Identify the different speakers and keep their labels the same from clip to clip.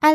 Speaker 1: 艾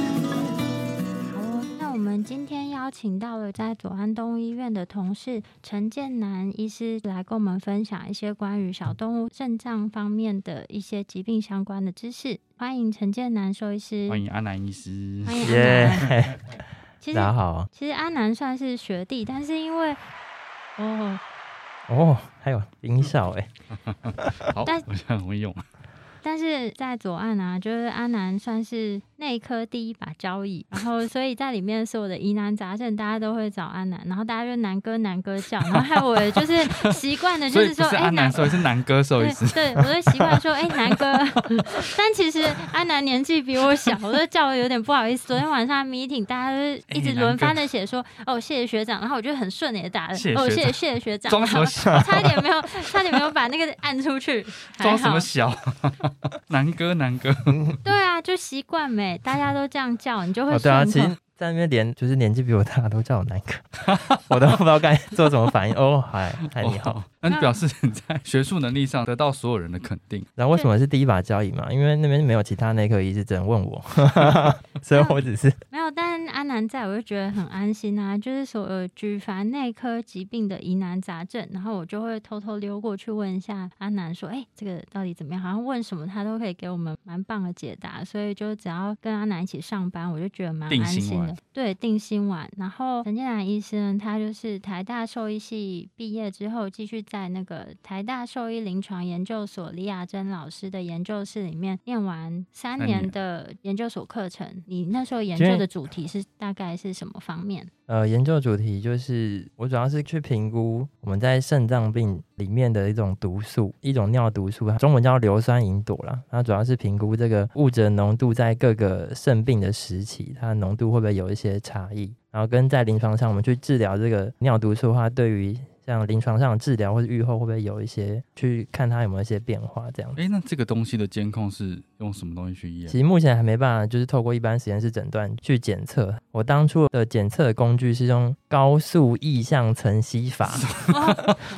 Speaker 1: 好哦，那我们今天邀请到了在左安动物医院的同事陈建南医师来跟我们分享一些关于小动物肾脏方面的一些疾病相关的知识。欢迎陈建南兽医师，
Speaker 2: 欢迎阿南医师。
Speaker 1: 嗯欢迎阿
Speaker 3: 耶
Speaker 1: 南。其实
Speaker 3: 大家好
Speaker 1: 其实阿南算是学弟，但是因为哦，
Speaker 3: 哦，还有音效哎，
Speaker 2: 好
Speaker 1: 但，
Speaker 2: 我想会用。
Speaker 1: 但是在左岸啊，就是阿南算是内科第一把交椅，然后所以在里面所有的疑难杂症，大家都会找阿南，然后大家就南哥南哥叫，然后害我也就是习惯的就
Speaker 2: 所以
Speaker 1: 是
Speaker 2: 不
Speaker 1: 说，
Speaker 2: 是
Speaker 1: 哎、
Speaker 2: 阿南
Speaker 1: 南。
Speaker 2: 兽医，是南哥兽医
Speaker 1: 对
Speaker 2: 师。
Speaker 1: 对，我就习惯说，哎、南哥。 但其实阿南年纪比我小，我就叫我有点不好意思。昨天晚上 meeting，大家就是一直
Speaker 2: 哎
Speaker 1: 轮番的写说，哦，谢谢学长，然后我就很顺的打了，
Speaker 2: 谢谢
Speaker 1: 哦，谢谢谢
Speaker 2: 学长
Speaker 1: 谢学长，
Speaker 2: 装什么
Speaker 1: 我
Speaker 2: 小？
Speaker 1: 差一点没有，差点没有把那个按出去，还
Speaker 2: 装什
Speaker 1: 好
Speaker 2: 么。小？南哥，南哥，
Speaker 1: 对啊，就习惯没，大家都这样叫，你就会
Speaker 3: 哦对啊，
Speaker 1: 顺
Speaker 3: 其
Speaker 1: 口
Speaker 3: 实。在那边连就是年纪比我大都叫我南哥， 我都不知道该做什么反应。哦，嗨嗨你好。
Speaker 2: 哦，那
Speaker 1: 嗯
Speaker 2: 就表示你在学术能力上得到所有人的肯定。
Speaker 3: 然后为什么是第一把交椅嘛？因为那边没有其他内科医师只能问我， 所以我只是
Speaker 1: 没有，但阿南在我就觉得很安心啊，就是所有举凡内科疾病的疑难杂症，然后我就会偷偷溜过去问一下阿南说，哎、这个到底怎么样？好像问什么他都可以给我们蛮棒的解答，所以就只要跟阿南一起上班，我就觉得蛮
Speaker 2: 定
Speaker 1: 安
Speaker 2: 心
Speaker 1: 心
Speaker 2: 丸
Speaker 1: 的。对，定心丸。然后陈建南医生他就是台大兽医系毕业之后，继续在那个台大兽医临床研究所李雅珍老师的研究室里面念完三
Speaker 2: 三
Speaker 1: 年
Speaker 2: 年
Speaker 1: 的研究所课程。你那时候研
Speaker 3: 其实
Speaker 1: 究的主题是大概是什么方面？
Speaker 3: 呃研究主题就是我主要是去评估我们在肾脏病里面的一种毒素，一种尿毒素，中文叫硫酸银朵啦。它主要是评估这个物质的浓度在各个肾病的时期，它的浓度会不会有一些差异。然后跟在临床上我们去治疗这个尿毒素的话，对于像临床上的治疗或者预后会不会有一些去看它有没有一些变化这样子。
Speaker 2: 哎，那这个东西的监控是用什么东西去验
Speaker 3: 其？实目前还没办法，就是透过一般实验室诊断去检测。我当初的检测工具是用高速意向层析法，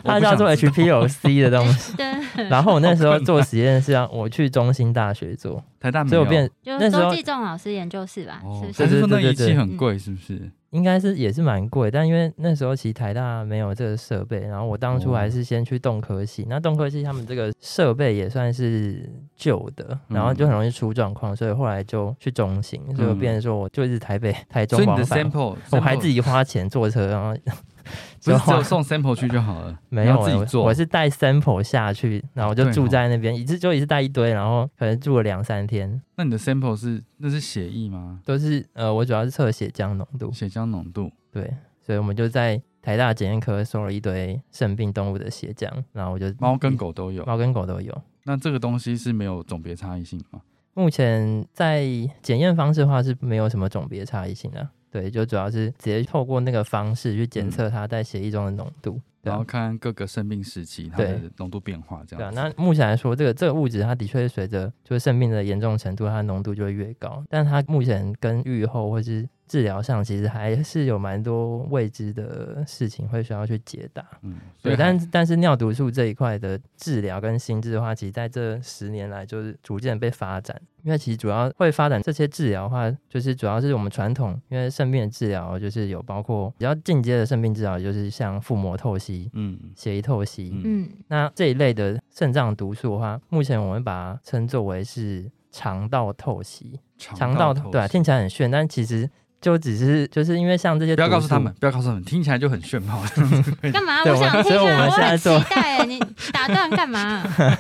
Speaker 3: 它叫做 HPLC 的东西。
Speaker 1: 对，
Speaker 3: 然后我那时候做实验是让我去中兴大学做，
Speaker 2: 台 大没
Speaker 3: 所以
Speaker 2: 有
Speaker 3: 我。变
Speaker 1: 就
Speaker 3: 那时候
Speaker 1: 周继仲老师研究室吧，
Speaker 2: 哦
Speaker 1: 是不，
Speaker 2: 还
Speaker 1: 是？
Speaker 2: 是说那
Speaker 3: 对对对
Speaker 2: 仪
Speaker 3: 对
Speaker 2: 器
Speaker 3: 对
Speaker 2: 很贵，是不是？
Speaker 3: 应该是也是蛮贵，但因为那时候其实台大没有这个设备，然后我当初还是先去动科
Speaker 2: 嗯
Speaker 3: 系，那动科系他们这个设备也算是旧的，
Speaker 2: 嗯
Speaker 3: 然后就很容易出状况，所以后来就去中兴，所以我变成说我就是台北、台
Speaker 2: 所
Speaker 3: 中
Speaker 2: 以你
Speaker 3: 往
Speaker 2: 的
Speaker 3: 返。
Speaker 2: sample，
Speaker 3: 我还自
Speaker 2: sample
Speaker 3: 己花钱坐车，然后
Speaker 2: 不是只
Speaker 3: 花
Speaker 2: 有送 sample 去就好了，
Speaker 3: 没
Speaker 2: 你
Speaker 3: 有
Speaker 2: 要自己
Speaker 3: 我
Speaker 2: 做。
Speaker 3: 我是带 sample 下去，然后我就
Speaker 2: 对
Speaker 3: 住
Speaker 2: 哦
Speaker 3: 在那边，一次就一次带一堆，然后可能住了两三天，
Speaker 2: 那你的 sample 是那是血液吗？
Speaker 3: 都是呃，我主要是测血浆浓度，
Speaker 2: 血浆浓度。
Speaker 3: 对，所以我们就在台大检验科收了一堆肾病动物的血浆，然后我就
Speaker 2: 猫跟，狗都有。
Speaker 3: 猫跟狗都有。
Speaker 2: 那这个东西是没有种别差异性吗？
Speaker 3: 目前在检验方式的话是没有什么种别差异性的、对，就主要是直接透过那个方式去
Speaker 2: 嗯
Speaker 3: 检测它在血液中的浓度。对啊
Speaker 2: 然后看各个生病时期它的浓度变化，这
Speaker 3: 对啊，
Speaker 2: 样子。
Speaker 3: 那目前来说，这个这个物质它的确是随着就是肾病的严重程度，它的浓度就会越高，但它目前跟预后或是治疗上，其实还是有蛮多未知的事情会需要去解答。
Speaker 4: 嗯，
Speaker 3: 对，
Speaker 2: 还
Speaker 3: 但但是尿毒素这一块的治疗跟心智的话，其实在这十年来就是逐渐被发展。因为其实主要会发展这些治疗的话，就是主要是我们传统，因为肾病的治疗就是有包括比较进阶的肾病治疗，就是像腹膜透析、
Speaker 4: 嗯
Speaker 3: 血液透析。
Speaker 4: 嗯
Speaker 1: 嗯
Speaker 3: 那这一类的肾脏毒素的话，目前我们把它称作为是肠道透析。肠道
Speaker 4: 透
Speaker 3: 对、啊，
Speaker 4: 析
Speaker 3: 听起来很炫，但其实就只是就是因为像这些，
Speaker 4: 不要告诉他们，，不要告诉他们，听起来就很炫嘛。
Speaker 1: 干嘛？
Speaker 3: 对
Speaker 1: 我想
Speaker 3: 我们
Speaker 1: 听
Speaker 3: 所以我
Speaker 1: 啊，
Speaker 3: 们现在
Speaker 1: 很
Speaker 3: 做
Speaker 1: 期待。 你打断干嘛？啊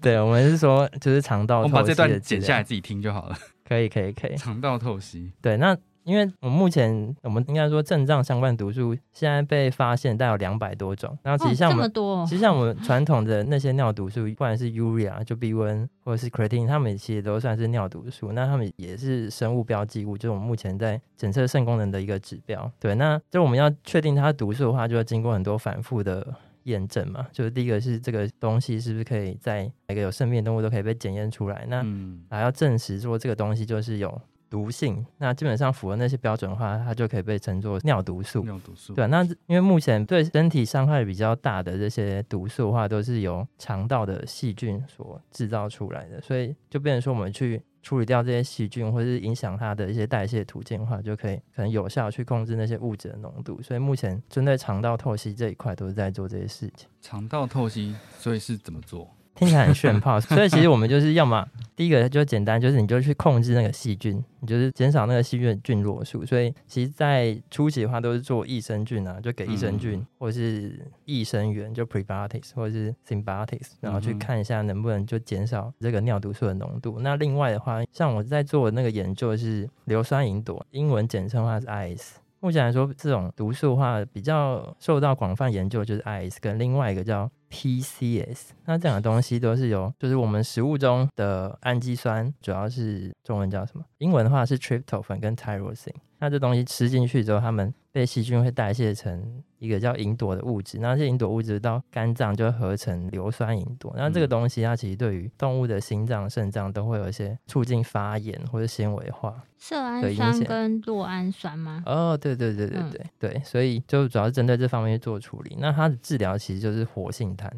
Speaker 3: 对我们是说就是肠道
Speaker 4: 我
Speaker 3: 透析
Speaker 4: 们把这
Speaker 3: 的
Speaker 4: 段
Speaker 3: 治
Speaker 4: 剪
Speaker 3: 疗
Speaker 4: 下来自己听就好 了。
Speaker 3: 可以可以可以，
Speaker 4: 肠道透析，
Speaker 3: 对，那因为我们目前我们应该说症状相关毒素现在被发现大概有两百多种，然后 其
Speaker 1: 哦
Speaker 3: 实像
Speaker 1: 这
Speaker 3: 我
Speaker 1: 么
Speaker 3: 们、
Speaker 1: 多哦
Speaker 3: 其，实像我们传统的那些尿毒素，不管是 urea 就 B1 或者是 creatine，它们其实都算是尿毒素，那它们也是生物标记物，就是我们目前在检测肾功能的一个指标。对，那就我们要确定它毒素的话，就要经过很多反复的。验证嘛，就是第一个是这个东西是不是可以在每个有肾病的动物都可以被检验出来。那
Speaker 4: 嗯，
Speaker 3: 还要证实说这个东西就是有毒性，那基本上符合那些标准的话，它就可以被称作尿毒素。
Speaker 4: 尿毒素，
Speaker 3: 对啊，那因为目前对身体伤害比较大的这些毒素的话，都是由肠道的细菌所制造出来的，所以就变成说我们去处理掉这些细菌，或是影响它的一些代谢途径的话，就可以可能有效地去控制那些物质的浓度。所以目前针对肠道透析这一块，都是在做这些事情。
Speaker 4: 肠道透析，所以是怎么做？
Speaker 3: 听起来很炫 炮，所以其实我们就是要么第一个就简单，就是你就去控制那个细菌，你就是减少那个细菌的菌落数。所以其实，在初期的话都是做益生菌啊，就给益生
Speaker 4: 嗯
Speaker 3: 菌、或是益生元，就 prebiotics 或是 symbiotics，然后去
Speaker 4: 嗯哼
Speaker 3: 看一下能不能就减少这个尿毒素的浓度。那另外的话，像我在做的那个研究是硫酸银朵，英文简称的话是 IS。目前来说，这种毒素的话比较受到广泛研究，就是 IS 跟另外一个叫 PCS。那这两个东西都是由，就是我们食物中的氨基酸，主要是中文叫什么？英文的话是 tryptophan 跟 tyrosine。那这东西吃进去之后，它们被细菌会代谢成一个叫吲哚的物质，那这吲哚物质到肝脏就会合成硫酸吲哚。那这个
Speaker 4: 嗯
Speaker 3: 东西它其实对于动物的心脏、肾脏都会有一些促进发炎或者纤维化。
Speaker 1: 色氨
Speaker 3: 对阴
Speaker 1: 酸
Speaker 3: 线
Speaker 1: 跟酪氨酸吗？
Speaker 3: 哦，对对对对
Speaker 1: 嗯
Speaker 3: 对、对，所以就主要是针对这方面去做处理。那它的治疗其实就是活性炭，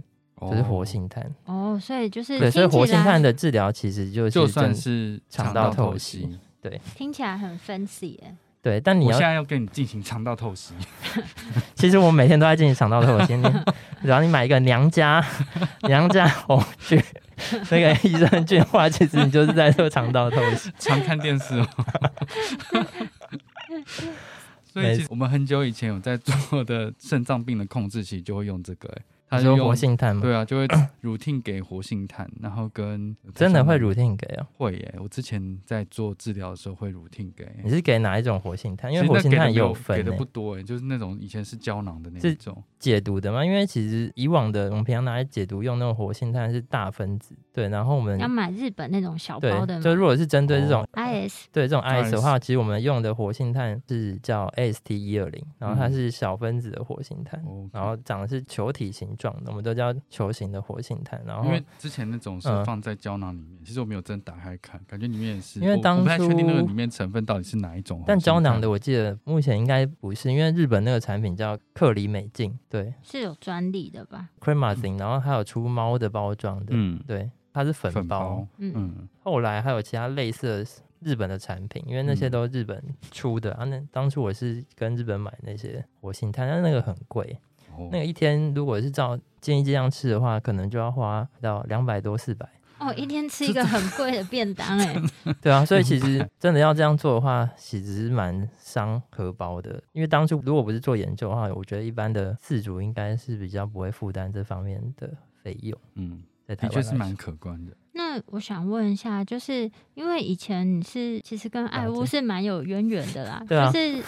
Speaker 3: 就是活性炭。
Speaker 1: 哦，所以就是
Speaker 3: 对，所以
Speaker 1: 听起
Speaker 3: 活性
Speaker 1: 来
Speaker 3: 炭的治疗其实就是
Speaker 4: 就算
Speaker 3: 针
Speaker 4: 是
Speaker 3: 肠
Speaker 4: 道
Speaker 3: 道透
Speaker 4: 析。
Speaker 3: 析
Speaker 1: 听起来很 fancy 耶。
Speaker 3: 对，但你
Speaker 4: 我
Speaker 3: 要
Speaker 4: 现在要跟你进行肠道透析，
Speaker 3: 其实我每天都在进行肠道透析，你 然后你买一个娘家娘家红去那个益生菌的话，其实你就是在做肠道透析。
Speaker 4: 常看电 视哦。所以其实我们很久以前有在做的肾脏病的控制，其实就会用这个、欸，它
Speaker 3: 你
Speaker 4: 就
Speaker 3: 说
Speaker 4: 用
Speaker 3: 活性炭吗？
Speaker 4: 对啊，就会 routine 给活性炭，然后跟
Speaker 3: 真的会
Speaker 4: 乳
Speaker 3: routine 给哦？
Speaker 4: 会耶、我之前在做治疗的时候会 routine 给、
Speaker 3: 你是给哪一种活性炭？因为
Speaker 4: 其实
Speaker 3: 活
Speaker 4: 那
Speaker 3: 性
Speaker 4: 给的
Speaker 3: 炭
Speaker 4: 没
Speaker 3: 也有
Speaker 4: 有
Speaker 3: 分、
Speaker 4: 给的
Speaker 3: 欸
Speaker 4: 不多哎、就是那种以前是胶囊的那
Speaker 3: 是
Speaker 4: 一种，
Speaker 3: 解毒的嘛，因为其实以往的我们平常拿来解毒用那种活性炭是大分子，对，然后我们
Speaker 1: 要买日本那种小包的
Speaker 3: 嗯对，
Speaker 1: 吗
Speaker 3: 就如果是针对这种、
Speaker 1: ？IS
Speaker 3: 对这种 IS 的
Speaker 4: 当
Speaker 3: 话，其实我们用的活性炭是叫 AST 一二零，然后它
Speaker 4: 嗯
Speaker 3: 是小分子的活性炭，
Speaker 4: 哦，
Speaker 3: 然后长的是球体形状的，我们都叫球形的活性炭。然后
Speaker 4: 因为之前那种是
Speaker 3: 嗯
Speaker 4: 放在胶囊里面，其实我没有真的打开看，感觉里面也是，
Speaker 3: 因为
Speaker 4: 我
Speaker 3: 当
Speaker 4: 我不太确定那个
Speaker 3: 初
Speaker 4: 里面成分到底是哪一种。
Speaker 3: 但胶囊
Speaker 4: 的，
Speaker 3: 的我记得目前应该不是，因为日本那个产品叫克里美净，
Speaker 4: 嗯
Speaker 3: 对
Speaker 1: 是有专利的吧？
Speaker 3: c r e m a z i n 然后还有出猫的包装的，
Speaker 4: 嗯，
Speaker 3: 对，它是粉
Speaker 4: 粉
Speaker 3: 包
Speaker 4: 包，
Speaker 1: 嗯，
Speaker 4: 嗯，
Speaker 3: 后来还有其他类似的日本的产品，因为那些
Speaker 4: 嗯
Speaker 3: 都是日本出的、啊。那当初我是跟日本买那些活性炭，但那个很贵，
Speaker 4: 哦
Speaker 3: 那个一天如果是照建议这样吃的话，可能就要花到两百多四百。
Speaker 1: 哦，一天吃一个很贵的便当 哎，
Speaker 3: 对啊，所以其实真的要这样做的话，其实是蛮伤荷包的。因为当初如果不是做研究的话，我觉得一般的饲主应该是比较不会负担这方面的费用。
Speaker 4: 嗯，
Speaker 3: 在台
Speaker 4: 的
Speaker 3: 湾
Speaker 4: 确是
Speaker 3: 来
Speaker 4: 蛮
Speaker 3: 说
Speaker 4: 可观的。
Speaker 1: 那我想问一下，就是因为以前你是其实跟爱
Speaker 3: 了
Speaker 1: 屋
Speaker 3: 解
Speaker 1: 是蛮有渊源的 啦，
Speaker 3: 对啊
Speaker 1: 就是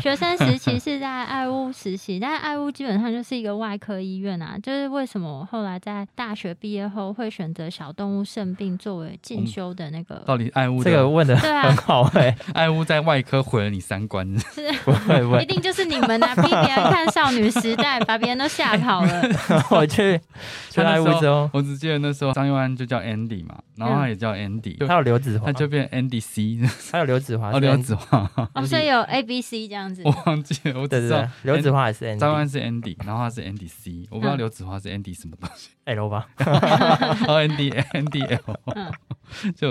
Speaker 1: 学生时期是在爱屋实习，但爱屋基本上就是一个外科医院啊，就是为什么我后来在大学毕业后会选择小动物肾病作为
Speaker 2: 哦
Speaker 1: 进修的那个？
Speaker 4: 到底爱屋
Speaker 3: 这个
Speaker 4: 的
Speaker 3: 问的
Speaker 1: 对啊
Speaker 3: 很好哎、
Speaker 4: 爱屋在外科毁了你三观，
Speaker 1: 是啊
Speaker 3: 不 会不会
Speaker 1: 一，定就是你们啊，逼别人看少女时代，
Speaker 2: 哎
Speaker 1: 把别人都吓跑了。
Speaker 2: 哦
Speaker 3: 我去去
Speaker 4: 他那
Speaker 3: 爱屋
Speaker 4: 时候
Speaker 3: 之后，
Speaker 4: 我只记得那时候张佑安就叫 Anna
Speaker 2: Andy 嘛，然
Speaker 1: 嗯
Speaker 2: 后他也叫 Andy，、
Speaker 3: 还
Speaker 2: 就
Speaker 3: 有刘子华
Speaker 2: 他，就变 Andy C，
Speaker 3: 还有刘子华，
Speaker 2: 哦，刘子华，
Speaker 1: 哦，所以有 A、B、C 这样子
Speaker 2: 我。忘记了，我
Speaker 3: 对
Speaker 2: 只知
Speaker 3: 对对
Speaker 2: 道，
Speaker 3: 刘子华也是
Speaker 2: 张
Speaker 3: Andy，
Speaker 2: 安是 Andy，然后他是 Andy C，我不知道
Speaker 1: 嗯
Speaker 2: 刘子华是 Andy 什么东西，
Speaker 3: L 哎吧。
Speaker 2: 哦 Andy Andy L，就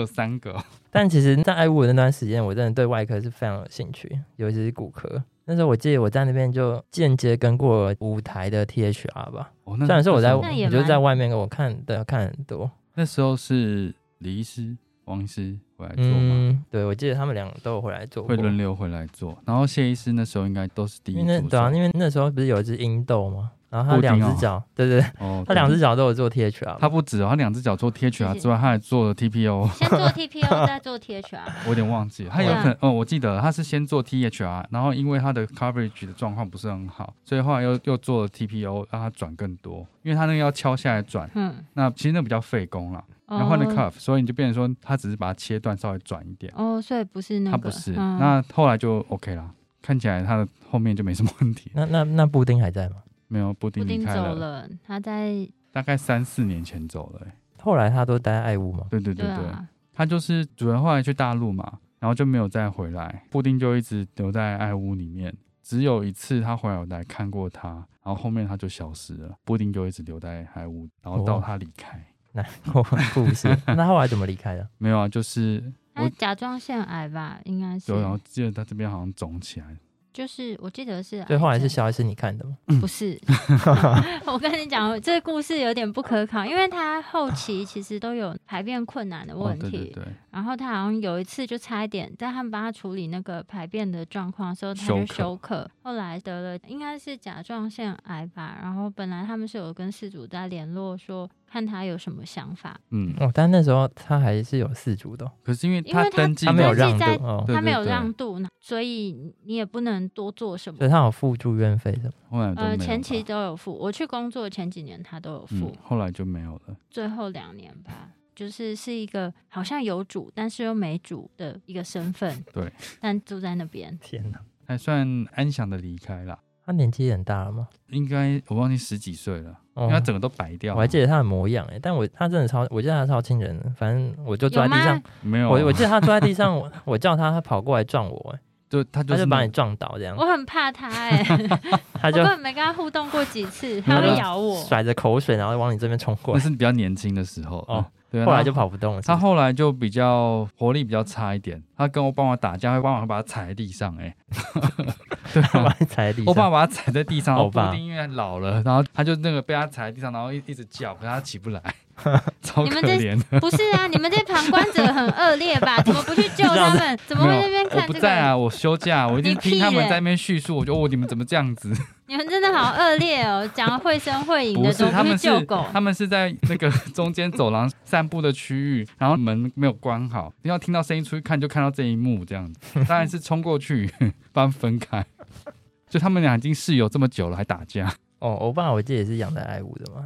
Speaker 1: 嗯
Speaker 2: 有三个哦，
Speaker 3: 但其实，在爱乌那段时间，我真的对外科是非常有兴趣，尤其是骨科。那时候我记得我在那边就间接跟过舞台的 THR 吧，
Speaker 2: 哦那
Speaker 3: 虽然说我在，
Speaker 1: 那也
Speaker 3: 我
Speaker 1: 蛮
Speaker 3: 就在外面我看的看很多，
Speaker 2: 那时候是李医师、王医师回来做嘛，
Speaker 3: 嗯，对，我记得他们两个都有回来做
Speaker 2: 会
Speaker 3: 过，
Speaker 2: 轮流回来做，然后谢医师那时候应该都是第
Speaker 3: 因
Speaker 2: 一
Speaker 3: 为那
Speaker 2: 助
Speaker 3: 对啊，
Speaker 2: 手
Speaker 3: 因为那时候不是有一只鹰豆吗？然后他
Speaker 2: 布丁
Speaker 3: 两
Speaker 2: 哦
Speaker 3: 只脚，对对对，
Speaker 2: 哦，
Speaker 3: 他两只脚都有做 THR，
Speaker 2: 他
Speaker 3: 吧
Speaker 2: 不止哦，他两只脚做 THR
Speaker 1: 谢谢
Speaker 2: 之外，他还做了 TPO，
Speaker 1: 先做 TPO，再做 THR。
Speaker 2: 我有点忘记了，他有可能，哦，我记得他是先做 THR，然后因为他的 coverage 的状况不是很好，所以后来又又做了 TPO，让他转更多，因为他那个要敲下来转，
Speaker 1: 嗯，
Speaker 2: 那其实那比较费工啦，
Speaker 1: 哦
Speaker 2: 然后换了 cuff，所以你就变成说他只是把它切断稍微转一点，
Speaker 1: 哦，所以不是那
Speaker 2: 他
Speaker 1: 个，
Speaker 2: 不是，
Speaker 1: 嗯
Speaker 2: 那后来就 OK 啦，看起来他的后面就没什么问题，
Speaker 3: 那那那布丁还在吗？
Speaker 2: 没有布
Speaker 1: 布
Speaker 2: 丁离
Speaker 1: 丁
Speaker 2: 开
Speaker 1: 走
Speaker 2: 了，
Speaker 1: 了，他在
Speaker 2: 大概三四年前走了、欸
Speaker 3: 后来他都待在爱屋吗？
Speaker 2: 对对对
Speaker 1: 对
Speaker 2: 对。
Speaker 1: 啊，
Speaker 2: 他就是主人后来去大陆嘛，然后就没有再回来，布丁就一直留在爱屋里面。只有一次他回来我来看过他，然后后面他就消失了，布丁就一直留在爱屋，然后到
Speaker 3: 哦
Speaker 2: 他离开。
Speaker 3: 那我故事， 那后来怎么离开的？
Speaker 2: 没有啊，就是
Speaker 1: 他
Speaker 2: 我啊
Speaker 1: 甲状腺癌吧，应该是
Speaker 2: 有，，然后记得他这边好像肿起来，
Speaker 1: 就是我记得是，
Speaker 3: 所以后来是，小 S 你看的吗？
Speaker 1: 不是。 我跟你讲，这个故事有点不可考，因为他后期其实都有排便困难的
Speaker 2: 哦
Speaker 1: 问，
Speaker 2: 对
Speaker 1: 题，
Speaker 2: 对对，
Speaker 1: 然后他好像有一次就差一点，在他们帮他处理那个排便的状况的时候，他就
Speaker 2: 休克
Speaker 1: 休克，后来得了应该是甲状腺癌吧。然后本来他们是有跟事主在联络说，看他有什么想法，
Speaker 2: 嗯。
Speaker 3: 哦，但那时候他还是有四足的哦、
Speaker 2: 可是因为
Speaker 1: 因为他
Speaker 2: 登记
Speaker 3: 他没有
Speaker 2: 的
Speaker 3: 让
Speaker 1: 在
Speaker 3: 渡哦，
Speaker 2: 对
Speaker 1: 他没有
Speaker 2: 对
Speaker 1: 让渡，所以你也不能多做什
Speaker 3: 所
Speaker 1: 么
Speaker 3: 以。他有付住院费什么？
Speaker 2: 后来都没有
Speaker 1: 呃，
Speaker 2: 吧，
Speaker 1: 前期都有付，我去工作前几年他都有付，
Speaker 2: 嗯，后来就没有了。
Speaker 1: 最后两年吧。就是是一个好像有主，但是又没主的一个身份，
Speaker 2: 对，
Speaker 1: 但住在那 边，
Speaker 3: 天哪，
Speaker 2: 还算安详的离开啦，
Speaker 3: 他年纪很大了吗？
Speaker 2: 应该我忘记十几岁了，
Speaker 3: 哦
Speaker 2: 因为他整个都白掉了。
Speaker 3: 我还记得他的模样哎，但我他真的超，我记得他超亲人的，反正我就坐
Speaker 1: 有
Speaker 3: 在地
Speaker 1: 吗
Speaker 3: 上，？
Speaker 2: 没有啊，
Speaker 3: 我我记得他坐在地上， 我我叫他，他跑过来撞我哎，
Speaker 2: 就他就
Speaker 3: 他
Speaker 2: 是
Speaker 3: 就把
Speaker 2: 那
Speaker 3: 你撞倒这样，
Speaker 1: 我很怕 他哎、
Speaker 3: 他
Speaker 1: 我
Speaker 3: 就
Speaker 1: 根本没跟他互动过几次，他
Speaker 2: 没有
Speaker 1: 会
Speaker 2: 啦
Speaker 1: 咬我。
Speaker 3: 甩着口水，然后往你这边冲过
Speaker 2: 那
Speaker 3: 来，
Speaker 2: 是比较年轻的时候
Speaker 3: 哦
Speaker 2: 哦。对啊，
Speaker 3: 后来
Speaker 2: 那
Speaker 3: 就跑不动了。是
Speaker 2: 他
Speaker 3: 不是
Speaker 2: 后来就比较活力比较差一点，他跟我爸爸打架，会帮我把他踩在地上、欸，对
Speaker 3: 他 把
Speaker 2: 啊，
Speaker 3: 你踩在地
Speaker 2: 我爸
Speaker 3: 上，
Speaker 2: 把他踩在地上，
Speaker 3: 欧
Speaker 2: 我
Speaker 3: 巴
Speaker 2: 爸因为老了，然后他就那个被他踩在地上，然后一一直叫，可是他起 不来，超
Speaker 1: 你
Speaker 2: 可
Speaker 1: 们这
Speaker 2: 怜的。
Speaker 1: 不是啊，你们这旁观者很恶劣吧？怎么不去 救他们？怎么会在那边
Speaker 2: 我
Speaker 1: 看
Speaker 2: 不
Speaker 1: 这
Speaker 2: 在
Speaker 1: 个？
Speaker 2: 啊，我休假，我一定
Speaker 1: 你屁
Speaker 2: 听他们
Speaker 1: 嘞
Speaker 2: 在那边叙述，我就哦，你们怎么这样子？
Speaker 1: 你们真的好恶劣哦，讲得绘声绘影
Speaker 2: 不
Speaker 1: 的，
Speaker 2: 是，
Speaker 1: 怎么
Speaker 2: 他
Speaker 1: 不
Speaker 2: 们
Speaker 1: 去
Speaker 2: 是
Speaker 1: 救狗？
Speaker 2: 他们是在那个中间走廊散步的区域，然后门没有关好，你要听到声音出去看，就看到这一幕这样子。当然是冲过去 把他们分开。就他们俩已经室友这么久了，还打架，
Speaker 3: 哦，我爸我记得也是养在爱屋的嘛。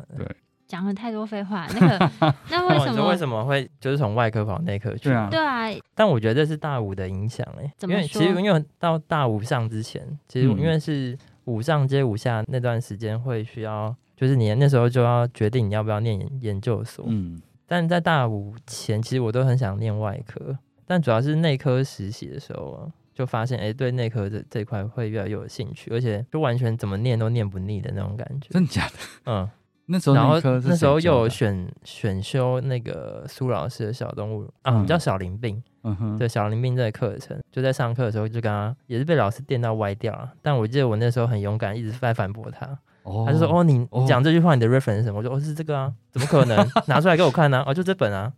Speaker 1: 讲了太多废话，那 个那为
Speaker 3: 哦
Speaker 1: 什
Speaker 3: 你说
Speaker 1: 么
Speaker 3: 为？什么会就是从外科跑内科去？
Speaker 2: 对啊
Speaker 1: 对啊，
Speaker 3: 但我觉得这是大五的影响哎、
Speaker 1: 怎
Speaker 3: 因
Speaker 1: 么
Speaker 3: 为其实
Speaker 1: 说
Speaker 3: 因为到大五上之前，其实
Speaker 2: 嗯
Speaker 3: 因为是五上接五下那段时间会需要，就是你那时候就要决定你要不要念研研究所。
Speaker 2: 嗯，
Speaker 3: 但在大五前，其实我都很想念外科，但主要是内科实习的时候啊，就发现哎、诶对内科这这一块会越来越有兴趣，而且就完全怎么念都念不腻的那种感觉。
Speaker 2: 真的假的？
Speaker 3: 嗯，
Speaker 2: 那时候
Speaker 3: 然后
Speaker 2: 那科是
Speaker 3: 那时候
Speaker 2: 谁教
Speaker 3: 又有
Speaker 2: 的
Speaker 3: 选选修那个苏老师的小动物啊，
Speaker 2: 嗯
Speaker 3: 叫小林病。
Speaker 2: 嗯哼，
Speaker 3: 对小林病这个课程，就在上课的时候就跟他也是被老师电到歪掉了。但我记得我那时候很勇敢，一直在反驳他。
Speaker 2: 哦
Speaker 3: 他就说：“哦，你
Speaker 2: 哦
Speaker 3: 讲这句话，你的 reference 是什么？”我说：“哦，是这个啊，怎么可 能？拿出来给我看呢、哦，就这本啊。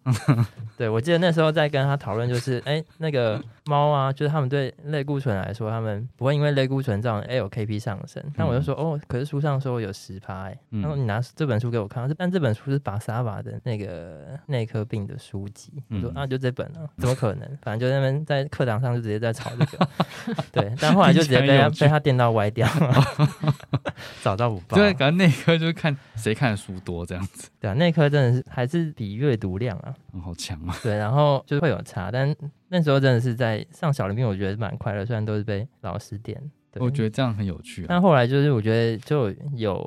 Speaker 3: 对，我记得那时候在跟他讨论，就是哎、那个猫啊，就是他们对类固醇来说，他们不会因为类固醇让 ALKP 上升。但我就说：“哦，可是书上说有十趴。欸”
Speaker 2: 嗯
Speaker 3: 他说：“你拿这本书给我看。”但这本书是巴萨瓦的那个内科病的书籍。我说：“
Speaker 2: 嗯
Speaker 3: 啊，就这本啊，怎么 可能？反正就在那边在课堂上就直接在吵这个。对，但后来就直接
Speaker 2: 听起来
Speaker 3: 被他
Speaker 2: 很有趣哦
Speaker 3: 被他电到歪掉， 找到我爸。
Speaker 2: 对，感觉内科就是看谁看的书多这样子，
Speaker 3: 对啊，内科真的是还是比阅读量啊，
Speaker 2: 嗯好强啊！
Speaker 3: 对，然后就是会有差，但那时候真的是在上小林病，我觉得蛮快乐，虽然都是被老师点，对，
Speaker 2: 我觉
Speaker 3: 得，
Speaker 2: 得这样很有趣啊。
Speaker 3: 但后来就是我觉得就有，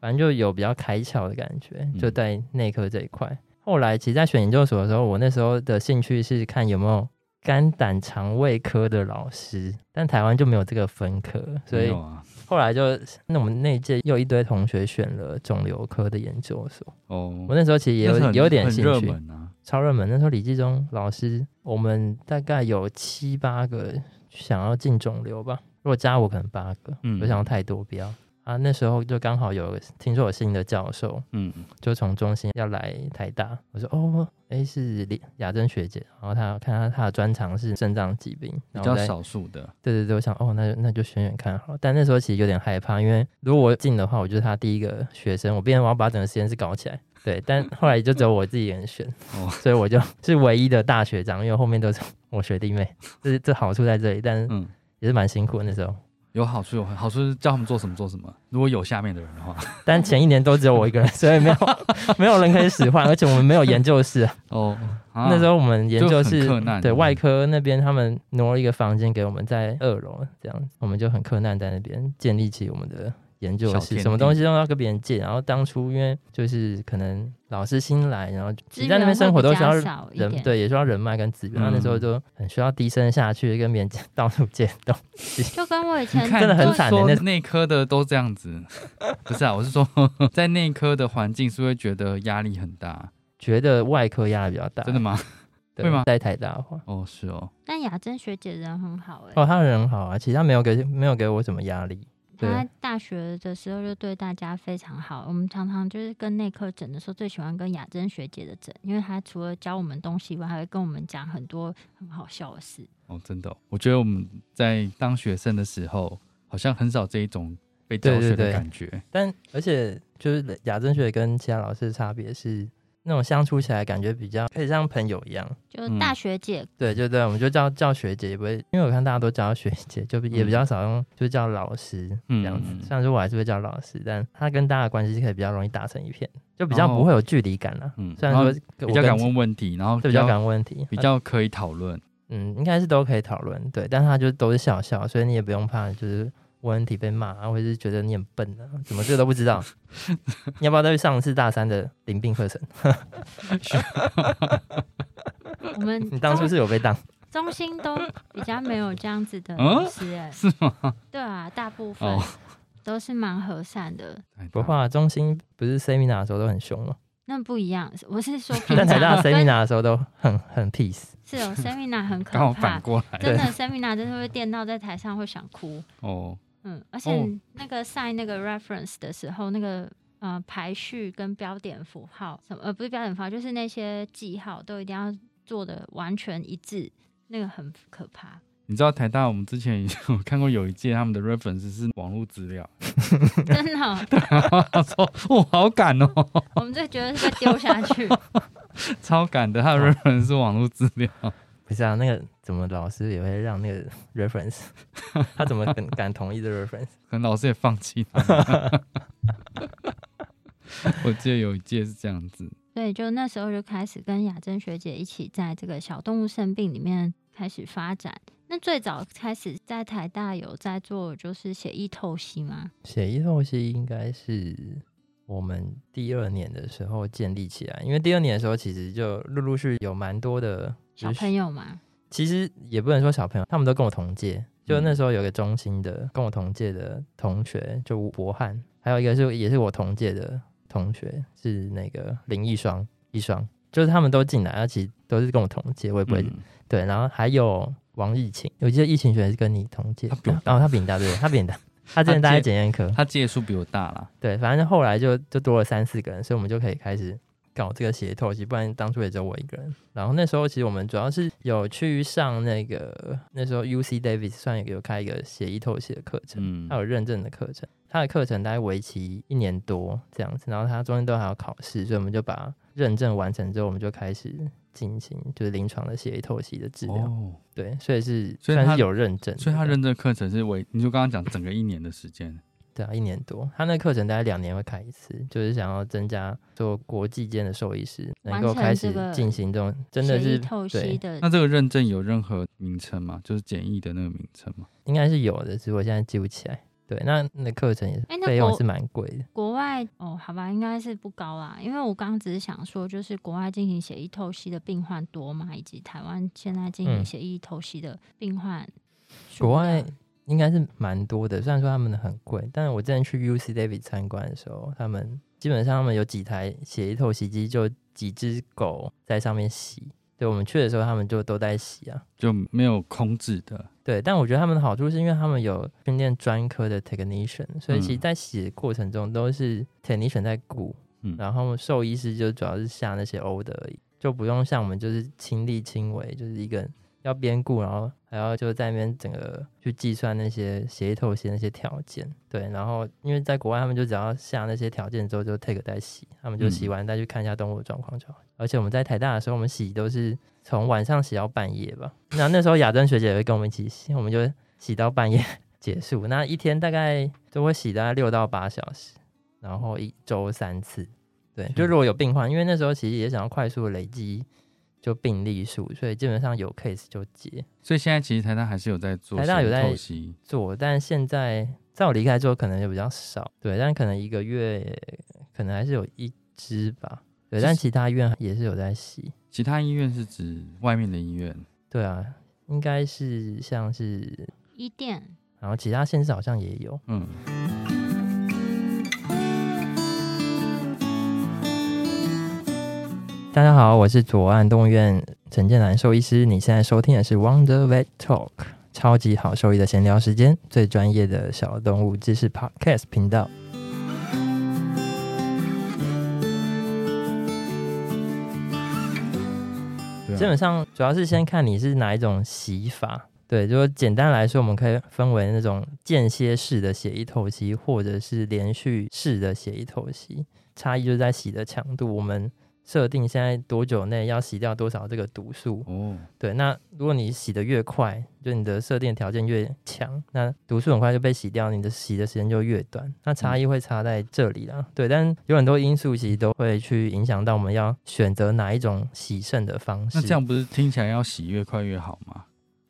Speaker 3: 反正就有比较开窍的感觉，
Speaker 2: 嗯
Speaker 3: 就在内科这一块。后来其实，在选研究所的时候，我那时候的兴趣是看有没有肝胆肠胃科的老师，但台湾就没有这个分科，所
Speaker 2: 没
Speaker 3: 以
Speaker 2: 有啊，
Speaker 3: 后来就那我们那一届又一堆同学选了肿瘤科的研究所。
Speaker 2: 哦，
Speaker 3: 我那时候其实也有
Speaker 2: 那是很
Speaker 3: 有点
Speaker 2: 很
Speaker 3: 兴
Speaker 2: 热
Speaker 3: 趣，
Speaker 2: 门啊，
Speaker 3: 超热门。那时候李继忠老师，我们大概有七八个想要进肿瘤吧，如果加我可能八个，
Speaker 2: 嗯
Speaker 3: 我想要太多不要啊。那时候就刚好有听说有新的教授，
Speaker 2: 嗯，
Speaker 3: 就从中心要来台大，我说哦，哎是李雅珍学姐，然后她看她她的专长是肾脏疾病，
Speaker 2: 比
Speaker 3: 然后
Speaker 2: 较
Speaker 3: 再
Speaker 2: 少数的，
Speaker 3: 对对对，我想哦，那就那就选选看好了。但那时候其实有点害怕，因为如果我进的话，我就是他第一个学生，我变成我要把整个实验室搞起来。对，但后来就只有我自己一个人选，
Speaker 2: 哦
Speaker 3: 所以我就是唯一的大学长，因为后面都是我学弟妹。这这好处在这里，但
Speaker 2: 嗯，
Speaker 3: 也是蛮辛苦的那时候。
Speaker 2: 有好处有好处是叫他们做什么做什么，如果有下面的人的话，
Speaker 3: 但前一年都只有我一个人，所以没有 没有人可以使唤，而且我们没有研究室。
Speaker 2: 哦，啊
Speaker 3: 那时候我们研究
Speaker 2: 就
Speaker 3: 室
Speaker 2: 很困难
Speaker 3: 对
Speaker 2: 嗯
Speaker 3: 外科那边，他们挪了一个房间给我们在二楼，这样我们就很困难在那边建立起我们的研究
Speaker 2: 小天
Speaker 3: 室，
Speaker 2: 地
Speaker 3: 什么东西都要跟别人借。然后当初因为就是可能老师新来，然后
Speaker 1: 资源
Speaker 3: 在那边生活都需要
Speaker 1: 会比较少一
Speaker 3: 人
Speaker 1: 点
Speaker 3: 对，也需要人脉跟资源。
Speaker 2: 嗯
Speaker 3: 然后那时候就很需要低声下去跟别人 借到处借东西。
Speaker 1: 就跟我以
Speaker 2: 你
Speaker 1: 前
Speaker 2: 看
Speaker 3: 真的很
Speaker 1: 做
Speaker 3: 惨
Speaker 2: 说
Speaker 3: 欸那
Speaker 2: 内科的都这样子， 不是啊，我是说在内科的环境是会觉得压力很大，
Speaker 3: 觉得外科压力比较大，
Speaker 2: 真的吗？
Speaker 3: 对
Speaker 2: 会吗
Speaker 3: 在台大的话，
Speaker 2: 哦，是哦，
Speaker 1: 但雅珍学姐人很好哎、
Speaker 3: 哦，他人很好啊，其实他没有给没有给我什么压力。对
Speaker 1: 她大学的时候就对大家非常好。我们常常就是跟内科诊的时候，最喜欢跟雅珍学姐的诊，因为她除了教我们东西以外，还会跟我们讲很多很好笑的事。
Speaker 2: 哦，真的哦、我觉得我们在当学生的时候，好像很少这一种被教
Speaker 3: 对对
Speaker 2: 学的
Speaker 3: 对
Speaker 2: 感觉。
Speaker 3: 但而且就是雅珍学跟其他老师的差别是，那种相处起来感觉比较可以像朋友一样。
Speaker 1: 就
Speaker 2: 嗯
Speaker 1: 大学姐，
Speaker 3: 对，就对，我们就叫叫学姐，也不会，因为我看大家都叫她学姐，就也比较少用，就叫老师这样子。
Speaker 2: 嗯
Speaker 3: 虽然说我还是会叫老师，但她跟大家的关系是可以比较容易打成一片，就比较不会有距离感了。
Speaker 2: 哦嗯，
Speaker 3: 虽然
Speaker 2: 后
Speaker 3: 说我
Speaker 2: 比较
Speaker 3: 跟
Speaker 2: 敢，问问题，然后
Speaker 3: 对，比较敢问问题，
Speaker 2: 比较可以讨论。
Speaker 3: 嗯，应该是都可以讨论，对，但他就都是笑笑，所以你也不用怕，就是问问题被骂啊，或者是觉得你很笨啊，怎么这个都不知道，你要不要再去上次大三的临病课程？
Speaker 1: 我 们
Speaker 3: 你当初是有被当，
Speaker 1: 中心都比较没有这样子的
Speaker 2: 嗯
Speaker 1: 老师哎、
Speaker 2: 是
Speaker 1: 吗？对啊，大部分
Speaker 2: 哦
Speaker 1: 都是蛮和善的。
Speaker 2: 哎
Speaker 3: 不，啊怕，中心不是 seminar 的时候都很凶吗？
Speaker 1: 那不一样，我是 说平
Speaker 3: 但台大
Speaker 1: 常
Speaker 3: 的
Speaker 1: 跟
Speaker 3: seminar 的时候都很很 peace，
Speaker 1: 是有 seminar 很可
Speaker 2: 刚好
Speaker 1: 怕
Speaker 2: 反，过来
Speaker 1: 真的 seminar 真的会电到在台上会想哭。
Speaker 2: 哦，
Speaker 1: 嗯，而且
Speaker 2: 哦
Speaker 1: 那个 sign 那个 reference 的时候，那个呃排序跟标点符号什么，呃不是标点符号，就是那些记号都一定要做的完全一致，那个很可怕。
Speaker 2: 你知道台大我们之前有看过有一届他们的 reference 是网络资料，
Speaker 1: 真的哦、
Speaker 2: 我说哦好赶哦，
Speaker 1: 我们就觉得是被丢下去。
Speaker 2: 超赶的，
Speaker 3: 哦
Speaker 2: 他的 reference 是网络资料，
Speaker 3: 不是啊？那个怎么老师也会让那个 reference，他怎么敢敢同意这 reference？
Speaker 2: 可能老师也放弃他 们。我记得有一届是这样子，
Speaker 1: 对，就那时候就开始跟雅珍学姐一起在这个小动物生病里面开始发展。那最早开始在台大有在做就是血液透析吗？
Speaker 3: 血液透析应该是我们第二年的时候建立起来，因为第二年的时候其实就陆陆续有蛮多的
Speaker 1: 小朋
Speaker 3: 友，
Speaker 1: 友吗？
Speaker 3: 其实也不能说小朋友，他们都跟我同届，就那时候有个中心的跟我同届的同学，就吴博翰，还有一个是也是我同届的同学是那个林一双一双，就是他们都进来，而且都是跟我同届，我也不会、
Speaker 2: 嗯
Speaker 3: 对，然后还有王疫情，我记得疫情学是跟你同届，
Speaker 2: 他比我
Speaker 3: 然后、他比你大对，他比你大，他之前待在检验科，
Speaker 2: 他届数比我大啦，
Speaker 3: 对，反正后来就就多了三四个人，所以我们就可以开始搞这个协透析，不然当初也只有我一个人。然后那时候其实我们主要是有去上那个那时候 U C Davis 算有有开一个协议透析的课程，
Speaker 2: 嗯
Speaker 3: 它，有认证的课程，它的课程大概为期一年多这样子，然后它中间都还要考试，所以我们就把认证完成之后，我们就开始进行就是临床的协议透析的治疗，
Speaker 2: 哦，
Speaker 3: 对，所以是
Speaker 2: 所以
Speaker 3: 算
Speaker 2: 它
Speaker 3: 是有认证的这
Speaker 2: 所以
Speaker 3: 样，
Speaker 2: 他认证课程是为，你就刚刚讲整个一年的时间，
Speaker 3: 对啊，一年多，他那课程大概两年会开一次，就是想要增加做国际间的兽医师能够
Speaker 1: 完成
Speaker 3: 开
Speaker 1: 这
Speaker 3: 始
Speaker 1: 个
Speaker 3: 进行这种真的
Speaker 1: 血液
Speaker 3: 是
Speaker 1: 透析
Speaker 3: 对，
Speaker 1: 的
Speaker 2: 那这个认证有任何名称吗？就是简易的那个名称吗？
Speaker 3: 应该是有的，只是我现在记不起来。对，那那课程也是
Speaker 1: 哎那
Speaker 3: 费用
Speaker 1: 国
Speaker 3: 是蛮贵的。
Speaker 1: 国外哦，好吧，应该是不高啦，因为我刚刚只是想说，就是国外进行血液透析的病患多嘛，以及台湾现在进行
Speaker 3: 嗯
Speaker 1: 血液透析的病患数
Speaker 3: 国
Speaker 1: 量、
Speaker 3: 外应该是蛮多的，虽然说他们的很贵，但我之前去 U C David 参观的时候，他们基本上他们有几台血液透析机，就几只狗在上面洗。对我们去的时候，他们就都在洗啊。
Speaker 2: 就没有空置的，
Speaker 3: 对，但我觉得他们的好处是因为他们有训练专科的 technician，所以其实
Speaker 2: 嗯
Speaker 3: 在洗的过程中都是 technician 在顾，
Speaker 2: 嗯
Speaker 3: 然后兽医师就主要是下那些 order 而已，就不用像我们就是亲力亲为，就是一个人要边顾，然后还要就在那边整个去计算那些协议透析那些条件，对，然后因为在国外他们就只要下那些条件之后就 take 再洗，他们就洗
Speaker 2: 嗯
Speaker 3: 完再去看一下动物的状况就好。而且我们在台大的时候，我们洗都是从晚上洗到半夜吧。那那时候雅珍学姐也会跟我们一起洗，我们就洗到半夜 结束。那一天大概就会洗大概六到八小时，然后一周三次。对，就如果有病患，因为那时候其实也想要快速地累积就病例数，所以基本上有 case 就接
Speaker 2: 所以现在其实台大还是有在做
Speaker 3: 台大有在
Speaker 2: 血液透析，
Speaker 3: 做。但现在在我离开之后，可能就比较少。对，但可能一个月可能还是有一只吧。对，
Speaker 2: 其实
Speaker 3: 但其他医院也是有在洗。
Speaker 2: 其他医院是指外面的医院，
Speaker 3: 对啊，应该是像是，
Speaker 1: 一店
Speaker 3: 然后其他县市好像也有。
Speaker 2: 嗯。
Speaker 3: 大家好，我是左岸动物院陈建南兽医师，你现在收听的是 Wonder Vet Talk，超级好兽医的闲聊时间，最专业的小动物知识 Podcast 频道。
Speaker 2: 对啊
Speaker 3: 基本上主要是先看你是哪一种洗法。对，就是简单来说，我们可以分为那种间歇式的血液透析，或者是连续式的血液透析。差异就在洗的强度，我们设定现在多久内要洗掉多少这个毒素。
Speaker 2: 哦，
Speaker 3: 对，那如果你洗的越快，就你的设定条件越强，那毒素很快就被洗掉，你的洗的时间就越短。那差异会差在这里啦。对，但有很多因素其实都会去影响到我们要选择哪一种洗肾的方式。
Speaker 2: 那这样不是听起来要洗越快越好吗？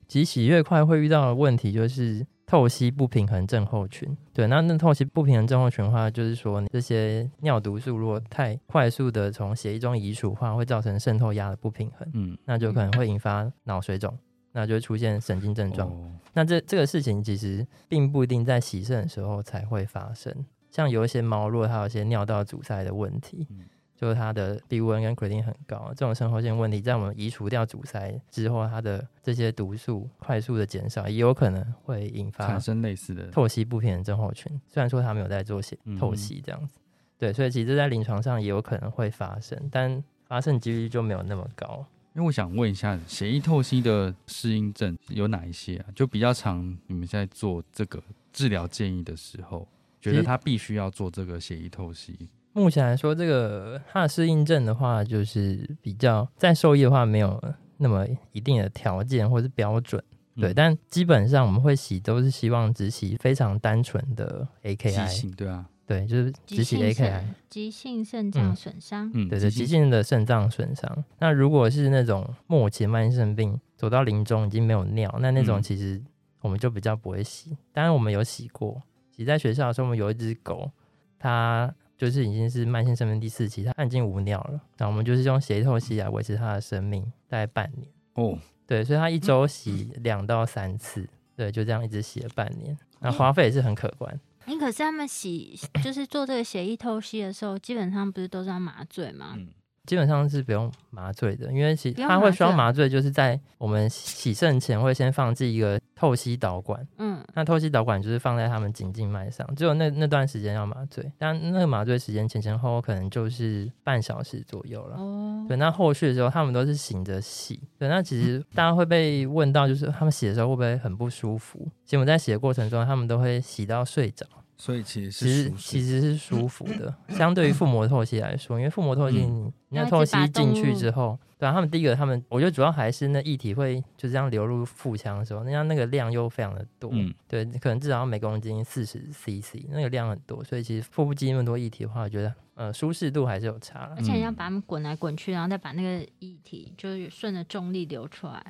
Speaker 3: 其实洗越快会遇到的问题就是透析不平衡症候群。对，那那透析不平衡症候群的话，就是说你这些尿毒素如果太快速的从血液中移除的话，会造成渗透压的不平衡，
Speaker 2: 嗯，
Speaker 3: 那就可能会引发脑水肿，那就会出现神经症状。
Speaker 2: 哦
Speaker 3: 那这这个事情其实并不一定在洗肾的时候才会发生，像有一些猫，如果它有一些尿道阻塞的问题，
Speaker 2: 嗯
Speaker 3: 就是它的 B1 跟 creatinine 很高，这种生活性问题，在我们移除掉阻塞之后，它的这些毒素快速的减少，也有可能会引发
Speaker 2: 产生类似的，
Speaker 3: 透析不平衡症候群。虽然说他们有在做血
Speaker 2: 嗯
Speaker 3: 透析这样子，对，所以其实在临床上也有可能会发生，但发生几率就没有那么高。
Speaker 2: 因为我想问一下，血液透析的适应症有哪一些啊？就比较常你们现在做这个治疗建议的时候，觉
Speaker 3: 其
Speaker 2: 得
Speaker 3: 实
Speaker 2: 他必须要做这个血液透析，
Speaker 3: 目前来说，这个它的适应症的话，就是比较在受益的话，没有那么一定的条件或是标准，对。
Speaker 2: 嗯
Speaker 3: 但基本上我们会洗都是希望只洗非常单纯的
Speaker 2: 急
Speaker 3: AKI，
Speaker 2: 性对啊，
Speaker 3: 对，就是
Speaker 1: 急
Speaker 3: 只洗
Speaker 1: 性
Speaker 3: AKI
Speaker 1: 肾。急性肾脏损伤，
Speaker 2: 嗯，
Speaker 3: 对对，
Speaker 2: 急
Speaker 3: 急性的肾脏损伤。那如果是那种末期慢性肾病，走到临终已经没有尿，那那种
Speaker 2: 嗯
Speaker 3: 其实我们就比较不会洗。当然我们有洗过，洗在学校的时候，我们有一只狗，它就是已经是慢性肾病第四期，它已经无尿了，那我们就是用血液透析来维持它的生命，大概半年。
Speaker 2: 哦，
Speaker 3: 对，所以它一周洗
Speaker 2: 嗯
Speaker 3: 两到三次，对，就这样一直洗了半年，那
Speaker 2: 哦
Speaker 3: 花费也是很可观。
Speaker 1: 哎、可是他们洗就是做这个血液透析的时候，基本上不是都是要麻醉吗？
Speaker 2: 嗯
Speaker 3: 基本上是不用麻醉的，因为其
Speaker 1: 不用
Speaker 3: 它会
Speaker 1: 麻
Speaker 3: 需要
Speaker 1: 醉
Speaker 3: 麻醉，就是在我们洗肾前会先放置一个透析导管，
Speaker 1: 嗯，
Speaker 3: 那透析导管就是放在他们颈静脉上，只有那那段时间要麻醉，但那个麻醉时间前前后后可能就是半小时左右了。
Speaker 1: 哦，
Speaker 3: 对，那后续的时候他们都是醒着洗。对，那其实大家会被问到，就是他们洗的时候会不会很不舒服？其实我们在洗的过程中，他们都会洗到睡着。
Speaker 2: 所以其实
Speaker 3: 其
Speaker 2: 是
Speaker 3: 实
Speaker 2: 熟
Speaker 3: 其
Speaker 2: 悉，
Speaker 3: 实是舒服 的，相对于腹膜透析来说，因为腹膜透析
Speaker 2: 嗯
Speaker 3: 你你
Speaker 1: 要
Speaker 3: 那
Speaker 1: 一
Speaker 3: 透
Speaker 1: 直拔
Speaker 3: 析进去
Speaker 1: 动
Speaker 3: 之后，对、啊、他们第一个，他们我觉得主要还是那液体会就这样流入腹腔的时候，那样那个量又非常的多，
Speaker 2: 嗯，
Speaker 3: 对，可能至少要每公斤四十 CC，那个量很多，所以其实腹部积那么多液体的话，我觉得呃舒适度还是有差了
Speaker 1: 而，且
Speaker 2: 嗯
Speaker 1: 要把它们滚来滚去，然后再把那个液体就是顺着重力流出来。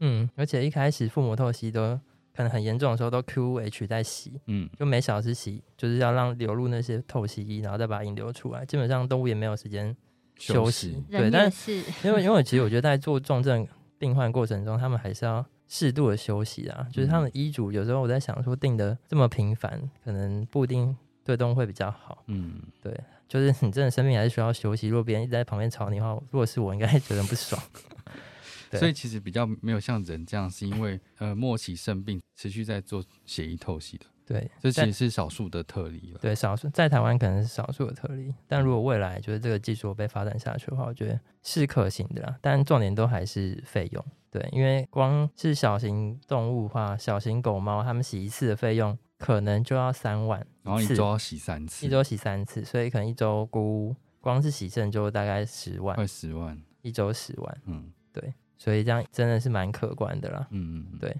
Speaker 3: 嗯，而且一开始腹膜透析都可能很严重的时候都 QH 在洗，
Speaker 2: 嗯，
Speaker 3: 就每小时洗，就是要让流入那些透析液，然后再把它引流出来。基本上动物也没有时间
Speaker 2: 嗯
Speaker 3: 休息，对，
Speaker 1: 人也
Speaker 3: 但
Speaker 1: 是，
Speaker 3: 因为因为其实我觉得在做重症病患过程中，他们还是要适度的休息啊。就是他们医嘱有时候我在想说定的这么频繁，可能不一定对动物会比较好。
Speaker 2: 嗯，
Speaker 3: 就是你真的生病还是需要休息。如果别人一直在旁边吵你的话，如果是我，应该觉得很不爽。对
Speaker 2: 所以其实比较没有像人这样，是因为呃末期肾病持续在做血液透析的，
Speaker 3: 对，
Speaker 2: 这其
Speaker 3: 但
Speaker 2: 实是少数的特例了。
Speaker 3: 对少数在台湾可能是少数的特例，但如果未来就是这个技术被发展下去的话，我觉得是可行的啦。但重点都还是费用，对，因为光是小型动物的话，小型狗猫它们洗一次的费用可能就要三万，
Speaker 2: 然后一
Speaker 3: 次
Speaker 2: 周要洗三次，
Speaker 3: 一周洗三次，所以可能一周估光是洗肾就大概十万，
Speaker 2: 快十万，
Speaker 3: 一周十万，
Speaker 2: 嗯
Speaker 3: 所以这样真的是蛮可观的啦。
Speaker 2: 嗯嗯，
Speaker 3: 对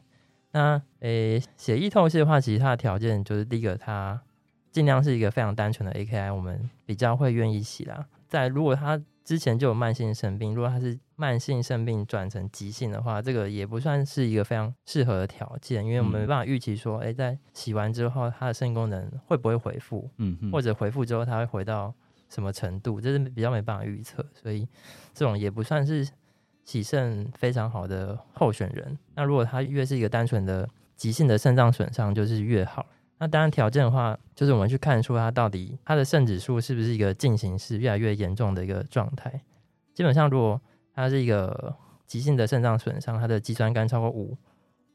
Speaker 3: 那诶，血液透析的话，其实它的条件就是第一个，它尽量是一个非常单纯的 AKI，我们比较会愿意洗啦。在如果它之前就有慢性肾病，如果它是慢性肾病转成急性的话，这个也不算是一个非常适合的条件，因为我们
Speaker 2: 嗯
Speaker 3: 没办法预期说，诶，在洗完之后，它的肾功能会不会恢复，
Speaker 2: 嗯嗯，
Speaker 3: 或者回复之后它会回到什么程度，这是比较没办法预测，所以这种也不算是洗肾非常好的候选人。那如果他越是一个单纯的急性的肾脏损伤，就是越好。那当然条件的话，就是我们去看出他到底他的肾指数是不是一个进行式越来越严重的一个状态。基本上，如果他是一个急性的肾脏损伤，他的肌酸酐超过五，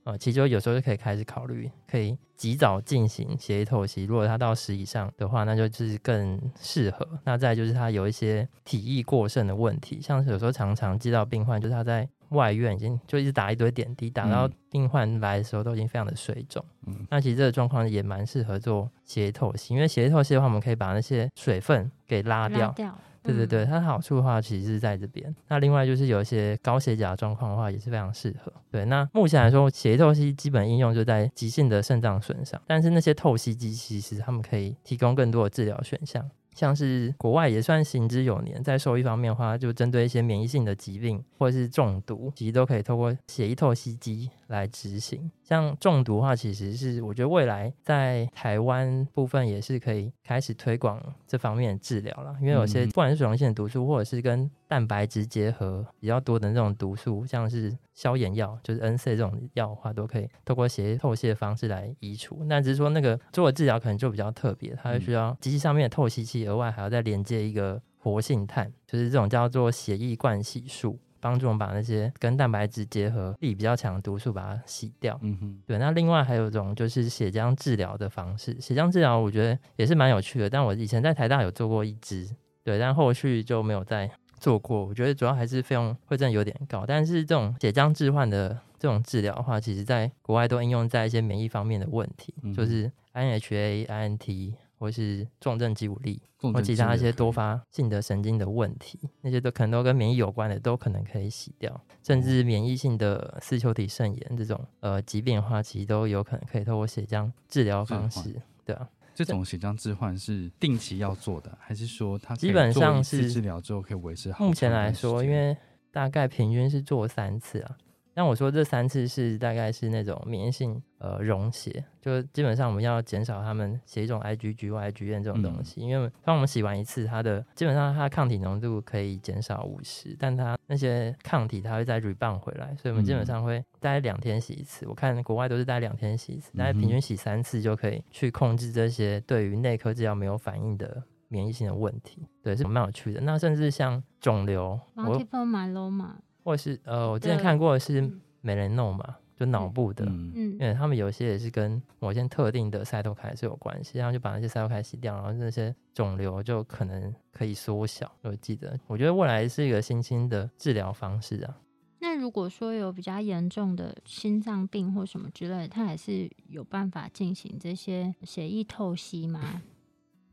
Speaker 3: 呃，其实就有时候就可以开始考虑，可以及早进行血液透析。如果它到十以上的话，那就是更适合。那再来就是它有一些体液过剩的问题，像是有时候常常接到病患，就是他在外院已经就一直打一堆点滴，打到
Speaker 2: 嗯
Speaker 3: 病患来的时候都已经非常的水肿。
Speaker 2: 嗯
Speaker 3: 那其实这个状况也蛮适合做血液透析，因为血液透析的话，我们可以把那些水分给拉
Speaker 1: 拉。
Speaker 3: 掉
Speaker 1: 掉，
Speaker 3: 对对
Speaker 1: 嗯
Speaker 3: 对，它的好处的话，其实是在这边。那另外就是有一些高血钾的状况的话，也是非常适合。对，那目前来说，血液透析基本应用就在急性的肾脏损伤，但是那些透析机其实他们可以提供更多的治疗选项，像是国外也算行之有年，在兽医方面的话，就针对一些免疫性的疾病或者是中毒，其实都可以透过血液透析机来执行。像中毒的话，其实是我觉得未来在台湾部分也是可以开始推广这方面的治疗了，因为有些
Speaker 2: 嗯
Speaker 3: 不管是水溶性的毒素，或者是跟蛋白质结合比较多的那种毒素，像是消炎药，就是 N C 这种药的话，都可以透过血液透析的方式来移除。那只是说那个做的治疗可能就比较特别，它会需要机器上面的透析器额外还要再连接一个活性炭，就是这种叫做血液灌洗术，帮助我们把那些跟蛋白质结合力比较强的毒素把它洗掉。
Speaker 2: 嗯哼，
Speaker 3: 对，那另外还有一种就是血浆治疗的方式，血浆治疗我觉得也是蛮有趣的，但我以前在台大有做过一支，对，但后续就没有再做过。我觉得主要还是费用会真的有点高，但是这种血浆置换的这种治疗的话，其实在国外都应用在一些免疫方面的问题，就
Speaker 2: 嗯
Speaker 3: 是 INHA、INT 或是重症肌无力，
Speaker 2: 重
Speaker 3: 或
Speaker 2: 症
Speaker 3: 其他一
Speaker 2: 肌也
Speaker 3: 些
Speaker 2: 可
Speaker 3: 多
Speaker 2: 以，
Speaker 3: 发性的神经的问题，那些都可能都跟免疫有关的，都可能可以洗掉，甚
Speaker 2: 哦
Speaker 3: 至免疫性的丝球体肾炎这种呃疾病的话，其实都有可能可以透过血浆治疗方
Speaker 2: 置换
Speaker 3: 式，对啊，
Speaker 2: 这种血浆置换是定期要做的，还是说它可以
Speaker 3: 基本
Speaker 2: 做
Speaker 3: 上
Speaker 2: 一次
Speaker 3: 是
Speaker 2: 治疗之后可以维持好
Speaker 3: 目
Speaker 2: 长
Speaker 3: 前
Speaker 2: 一
Speaker 3: 来
Speaker 2: 段时
Speaker 3: 说，因
Speaker 2: 间
Speaker 3: 为大概平均是做三次啊。但我说这三次是大概是那种免疫性呃溶血，就基本上我们要减少他们血一种 IgG 或 IgM 这种
Speaker 2: 嗯
Speaker 3: 东西，因为当我们洗完一次，它的基本上它的抗体浓度可以减少五十，但它那些抗体它会再 rebound 回来，所以我们基本
Speaker 2: 嗯
Speaker 3: 上会大概两天洗一次。我看国外都是大概两天洗一次，大概平
Speaker 2: 嗯
Speaker 3: 均洗三次就可以去控制这些对于内科治疗没有反应的免疫性的问题，对，是蛮有趣的。那甚至像肿瘤，我
Speaker 1: ，multiple myeloma，
Speaker 3: 或是呃，我之前
Speaker 1: 的
Speaker 3: 看过的是
Speaker 1: 嗯
Speaker 3: 美人弄嘛，就脑部的，
Speaker 2: 嗯，
Speaker 1: 嗯
Speaker 3: 因，为他们有些也是跟某些特定的赛头开是有关系，然后就把那些赛头开洗掉，然后那些肿瘤就可能可以缩小。我记得，我觉得未来是一个新兴的治疗方式啊。
Speaker 1: 那如果说有比较严重的心脏病或什么之类的，他还是有办法进行这些血液透析吗？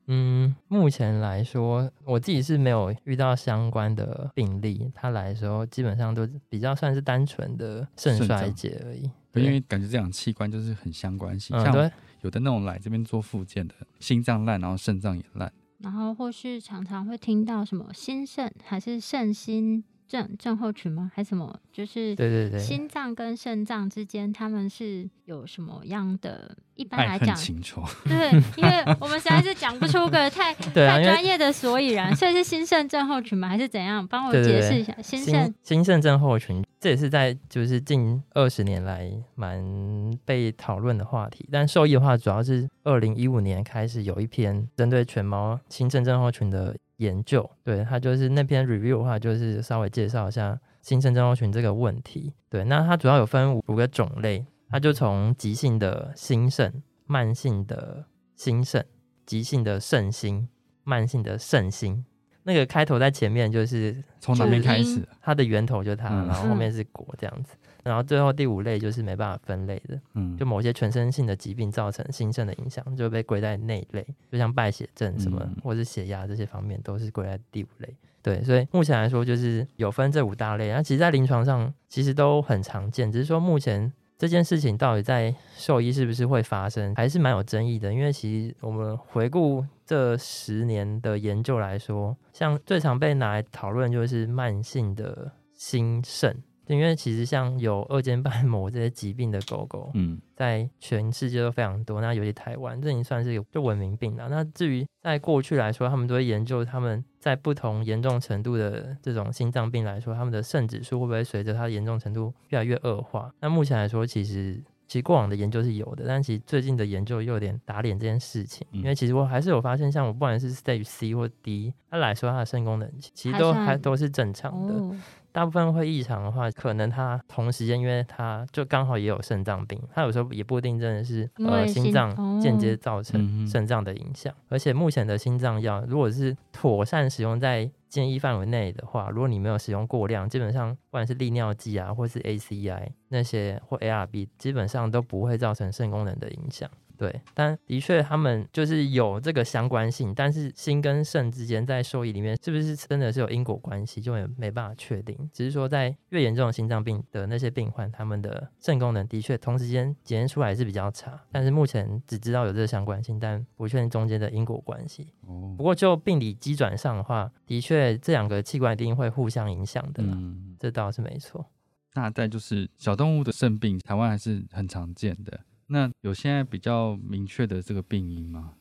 Speaker 3: 嗯，目前来说，我自己是没有遇到相关的病例，他来的时候基本上都比较算是单纯的肾
Speaker 2: 肾
Speaker 3: 衰
Speaker 2: 脏
Speaker 3: 竭而已。
Speaker 2: 嗯因为感觉这两器官就是很相关性，
Speaker 3: 嗯，
Speaker 2: 像
Speaker 3: 对，
Speaker 2: 有的那种来这边做复健的，心脏烂，然后肾脏也烂，
Speaker 1: 然后或是常常会听到什么心肾还是肾心症症候群吗？还是什么？就是
Speaker 3: 对对对，
Speaker 1: 心脏跟肾脏之间，他们是有什么样的？一般
Speaker 2: 爱
Speaker 1: 来
Speaker 2: 恨
Speaker 1: 讲，
Speaker 2: 情仇，
Speaker 1: 对，因为我们实在是讲不出个太
Speaker 3: 对啊，
Speaker 1: 太
Speaker 3: 因
Speaker 1: 专
Speaker 3: 为
Speaker 1: 业的所以然，所以是心肾症候群吗？还是怎样？帮我
Speaker 3: 对对
Speaker 1: 解
Speaker 3: 对
Speaker 1: 释一下，心肾
Speaker 3: 新新盛症候群，这也是在就是近二十年来蛮被讨论的话题。但兽医的话，主要是二零一五年开始有一篇针对犬猫新盛症候群的研究，对它就是那篇 review 的话，就是稍微介绍一下新盛症候群这个问题。对，那它主要有分五五个种类，它就从急性的心肾、慢性的心肾、急性的肾心、慢性的肾心。那个开头在前面就是
Speaker 2: 从哪边开始？
Speaker 3: 它的源头就是它，
Speaker 2: 嗯
Speaker 3: 然后后面是果这样子，然后最后第五类就是没办法分类的，
Speaker 2: 嗯
Speaker 3: 就，某些全身性的疾病造成心肾的影响，就被归在那一类，就像败血症什么、
Speaker 2: 嗯
Speaker 3: 或是血压这些方面都是归在第五类。对，所以目前来说就是有分这五大类，那其实，在临床上其实都很常见，只是说目前这件事情到底在兽医是不是会发生，还是蛮有争议的。因为其实我们回顾这十年的研究来说，像最常被拿来讨论就是慢性的心肾，因为其实像有二尖瓣膜这些疾病的狗狗，
Speaker 2: 嗯，
Speaker 3: 在全世界都非常多，那尤其台湾，这已经算是有就文明病了。那至于在过去来说，他们都会研究他们在不同严重程度的这种心脏病来说，他们的肾指数会不会随着它的严重程度越来越恶化？那目前来说，其实其实过往的研究是有的，但其实最近的研究又有点打脸这件事情，
Speaker 2: 嗯
Speaker 3: 因为其实我还是有发现，像我不管是 stage C 或 D，它来说它的肾功能其实都
Speaker 1: 还算
Speaker 3: 还都是正常的。
Speaker 1: 哦，
Speaker 3: 大部分会异常的话，可能他同时间，因为他就刚好也有肾脏病，他有时候也不一定真的是
Speaker 1: 因为
Speaker 3: 呃
Speaker 1: 心哦
Speaker 3: 心脏间接造
Speaker 2: 嗯
Speaker 3: 成
Speaker 2: 哼
Speaker 3: 肾脏的影响。而且目前的心脏药，如果是妥善使用在建议范围内的话，如果你没有使用过量，基本上不管是利尿剂啊，或是 ACI 那些或 ARB，基本上都不会造成肾功能的影响。对，但的确他们就是有这个相关性，但是心跟肾之间在兽医里面是不是真的是有因果关系，就也没办法确定。只是说在越严重的心脏病的那些病患，他们的肾功能的确同时间检验出来是比较差，但是目前只知道有这个相关性，但不确定中间的因果关系。
Speaker 2: 哦
Speaker 3: 不，过就病理机转上的话，的确这两个器官一定会互相影响的啦，
Speaker 2: 嗯，
Speaker 3: 这倒是没错。
Speaker 2: 那再就是小动物的肾病，台湾还是很常见的。那有现在比较明确的这个病因吗？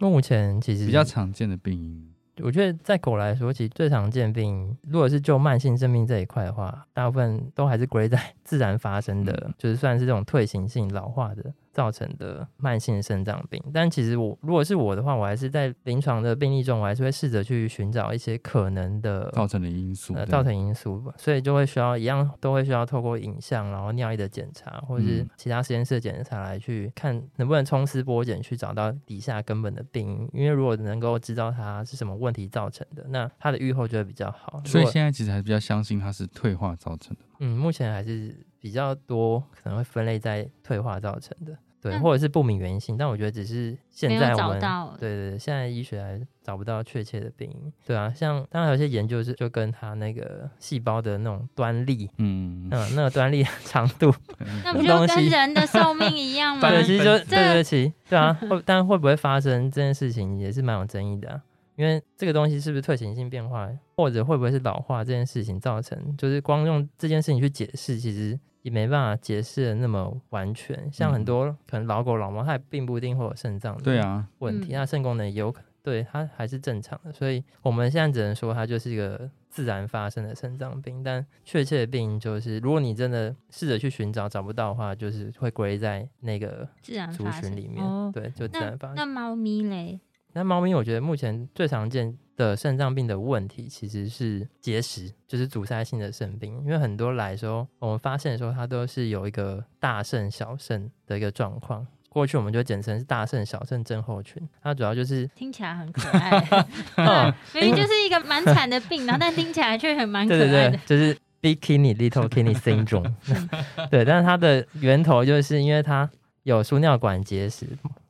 Speaker 3: 目前其实
Speaker 2: 比较常见的病因，
Speaker 3: 我觉得在狗来说，其实最常见病，如果是就慢性肾病这一块的话，大部分都还是归在 自然发生的，
Speaker 2: 嗯
Speaker 3: 就是算是这种退行性老化的造成的慢性肾脏病。但其实我如果是我的话，我还是在临床的病例中，我还是会试着去寻找一些可能的
Speaker 2: 造成的因素
Speaker 3: 呃，
Speaker 2: 这样，
Speaker 3: 造成因素吧，所以就会需要一样都会需要透过影像，然后尿液的检查或是
Speaker 2: 嗯
Speaker 3: 其他实验室的检查来去看能不能抽丝剥茧去找到底下根本的病因，因为如果能够知道它是什么问题造成的，那它的预后就会比较好。如
Speaker 2: 所以
Speaker 3: 果
Speaker 2: 现在其实还是比较相信它是退化造成的。
Speaker 3: 嗯，目前还是比较多可能会分类在退化造成的，对，
Speaker 1: 嗯
Speaker 3: 或者是不明原因性，但我觉得只是现
Speaker 1: 没有
Speaker 3: 在我
Speaker 1: 找
Speaker 3: 们
Speaker 1: 到
Speaker 3: 对对对，现在医学还找不到确切的病因，对啊，像当然有些研究是就跟它那个细胞的那种端粒。
Speaker 2: 嗯，
Speaker 3: 嗯，那个端粒的 长度，
Speaker 1: 那不就
Speaker 3: 东
Speaker 1: 跟
Speaker 3: 西
Speaker 1: 人 的寿命一样吗？
Speaker 3: 对，其实就
Speaker 1: 嗯
Speaker 3: 对
Speaker 1: 这
Speaker 3: 对其对啊，会但会不会发生这件事情也是蛮有争议的啊、因为这个东西是不是退行性变化，或者会不会是老化这件事情造成，就是光用这件事情去解释，其实也没办法解释的那么完全。像很
Speaker 2: 嗯
Speaker 3: 多可能老狗老猫，它也并不一定会有肾脏 的
Speaker 2: 对啊，
Speaker 3: 问题，
Speaker 1: 嗯
Speaker 3: 那肾功能也有可能对它还是正常的，所以我们现在只能说它就是一个自然发生的肾脏病，但确切的病就是，如果你真的试着去寻找找不到的话，就是会归在那个
Speaker 1: 自然嗯
Speaker 3: 族
Speaker 1: 发
Speaker 3: 群
Speaker 1: 生
Speaker 3: 里面，
Speaker 1: 哦
Speaker 3: 对，就自
Speaker 1: 那
Speaker 3: 然发
Speaker 1: 那
Speaker 3: 生。
Speaker 1: 猫咪嘞？
Speaker 3: 那猫咪我觉得目前最常见的肾脏病的问题其实是结石，就是阻塞性的肾病，因为很多来说，我们发现的时候，它都是有一个大肾小肾的一个状况。过去我们就简称是大肾小肾症候群，它主要就是
Speaker 1: 听起来很可 爱，对，明明就是一个蛮惨的病，然后但听起来却很蛮可
Speaker 3: 对
Speaker 1: 爱的。
Speaker 3: 对对，就是 Bikini Little Kitty Syndrome。对， 但是它的源头就是因为它有输尿管结石，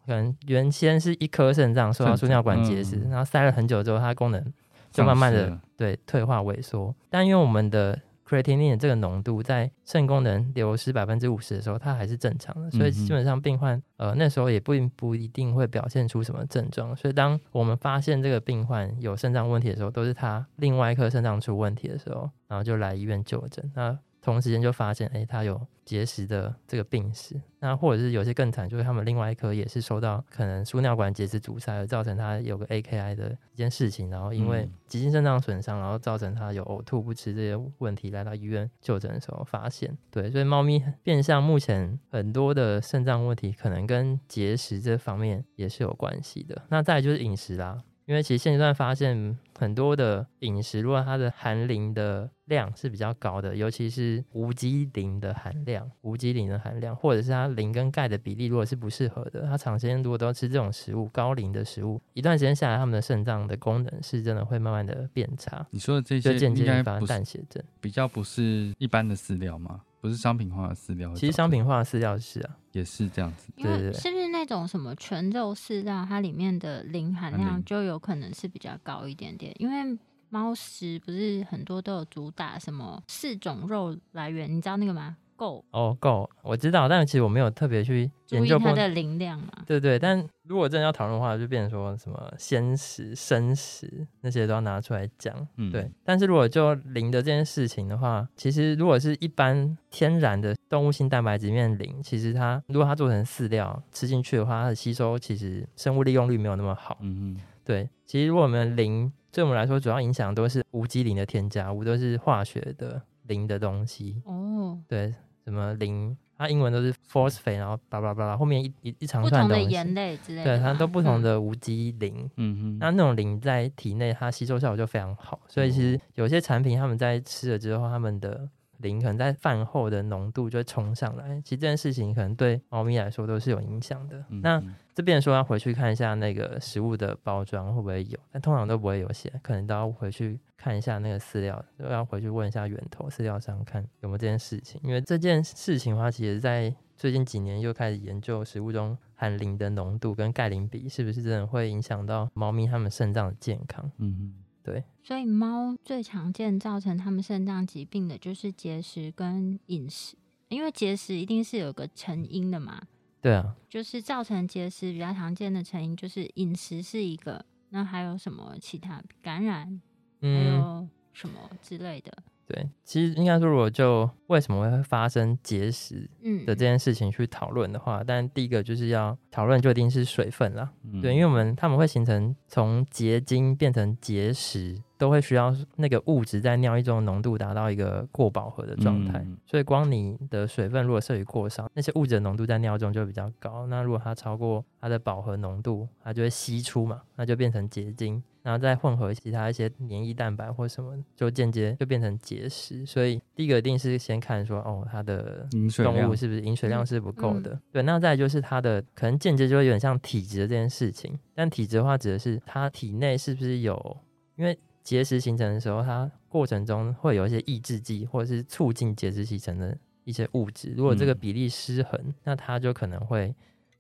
Speaker 3: 可能原先是一颗肾脏受到输尿管结石，
Speaker 2: 嗯
Speaker 3: 然后塞了很久之后，它的功能就慢慢的
Speaker 2: 丧失了
Speaker 3: 对退化萎缩。但因为我们的 creatinine 这个浓度在肾功能流失百分之五十的时候，它还是正常的，所以
Speaker 2: 嗯哼
Speaker 3: 基本上病患呃那时候也不不一定会表现出什么症状。所以当我们发现这个病患有肾脏问题的时候，都是他另外一颗肾脏出问题的时候，然后就来医院就诊。那同时间就发现，哎、他有结石的这个病史。那或者是有些更惨，就是他们另外一颗也是受到可能输尿管结石阻塞，而造成他有个 AKI 的一件事情，然后因为
Speaker 2: 嗯
Speaker 3: 急性肾脏损伤，然后造成他有呕吐不吃这些问题，来到医院就诊的时候发现，对，所以猫咪变相目前很多的肾脏问题可能跟结石这方面也是有关系的。那再来就是饮食啦，因为其实现阶段发现很多的饮食，如果它的含磷的量是比较高的，尤其是无机磷的含量、无机磷的含量，或者是它磷跟钙的比例如果是不适合的，它长时间如果都吃这种食物、高磷的食物，一段时间下来，它们的肾脏的功能是真的会慢慢的变差，
Speaker 2: 你说的这些
Speaker 3: 就间接
Speaker 2: 应该
Speaker 3: 引发
Speaker 2: 不是
Speaker 3: 蛋血症。
Speaker 2: 比较不是一般的饲料吗？不是商品化的饲料，
Speaker 3: 其实商品化的饲料是啊，
Speaker 2: 也是这样子。
Speaker 1: 因为
Speaker 3: 对对对
Speaker 1: 是不是那种什么全肉饲料，它里面的磷
Speaker 3: 啊
Speaker 1: 含
Speaker 2: 含
Speaker 1: 量
Speaker 2: 磷
Speaker 1: 就有可能是比较高一点点？因为猫食不是很多都有主打什么四种肉来源，你知道那个吗？够
Speaker 3: 哦够，我知道，但其实我没有特别去
Speaker 1: 注
Speaker 3: 研
Speaker 1: 意
Speaker 3: 究过
Speaker 1: 它的磷量嘛？
Speaker 3: 对对，但如果真的要讨论的话，就变成说什么鲜食、生食那些都要拿出来讲。
Speaker 2: 嗯
Speaker 3: 对，但是如果就磷的这件事情的话，其实如果是一般天然的动物性蛋白质里面磷，其实它如果它做成饲料吃进去的话，它的吸收其实生物利用率没有那么好。
Speaker 2: 嗯
Speaker 3: 对，其实如果我们磷对我们来说主要影响的都是无机磷的添加物，都是化学的磷的东西。
Speaker 1: 哦，
Speaker 3: 对，什么磷，它英文都是 phosphate，然后巴拉巴拉，后面一一一长
Speaker 1: 不
Speaker 3: 串
Speaker 1: 同
Speaker 3: 东
Speaker 1: 的
Speaker 3: 西。
Speaker 1: 盐类之类的
Speaker 3: 对，
Speaker 1: 吧，
Speaker 3: 它都不同
Speaker 1: 嗯。
Speaker 3: 的无机磷。
Speaker 2: 嗯嗯
Speaker 3: 那
Speaker 2: 哼，
Speaker 3: 那种磷在体内它吸收效果就非常好，所以其实有些产品他们在吃了之后，他们的磷可能在饭后的浓度就会冲上来。其实这件事情可能对猫咪来说都是有影响的。
Speaker 2: 嗯
Speaker 3: 那
Speaker 2: 哼
Speaker 3: 这边说要回去看一下那个食物的包装会不会有，但通常都不会有写，可能都要回去看一下那个饲料，都要回去问一下源头饲料商看有没有这件事情。因为这件事情的话，其实在最近几年又开始研究食物中含磷的浓度跟钙磷比是不是真的会影响到猫咪它们肾脏的健康。
Speaker 2: 嗯哼，
Speaker 1: 所以猫最常见造成它们肾脏疾病的就是结石跟饮食，因为结石一定是有个成因的嘛。
Speaker 3: 对啊，
Speaker 1: 就是造成结石比较常见的成因，就是饮食是一个，那还有什么其他感染，还
Speaker 3: 嗯，
Speaker 1: 有什么之类的，
Speaker 3: 对，其实应该说，如果就为什么会发生结石
Speaker 1: 嗯，
Speaker 3: 的这件事情去讨论的话，但第一个就是要讨论就一定是水分啦。
Speaker 2: 嗯
Speaker 3: 对，因为我们它们会形成从结晶变成结石，都会需要那个物质在尿液中的浓度达到一个过饱和的状态。
Speaker 2: 嗯
Speaker 3: 所以光你的水分如果摄取过少，那些物质的浓度在尿中就会比较高。那如果它超过它的饱和浓度，它就会析出嘛，那就变成结晶，然后再混合其他一些黏液蛋白或什么，就间接就变成结石。所以第一个一定是先看说哦它的
Speaker 2: 饮水
Speaker 3: 动
Speaker 2: 量
Speaker 3: 物是不是饮水量是不够
Speaker 1: 嗯
Speaker 3: 的？对，那再来就是它的可能间接就会有点像体质的这件事情，但体质的话指的是它体内是不是有，因为结石形成的时候，它过程中会有一些抑制剂或者是促进结石形成的一些物质，如果这个
Speaker 2: 嗯
Speaker 3: 比例失衡，那它就可能会。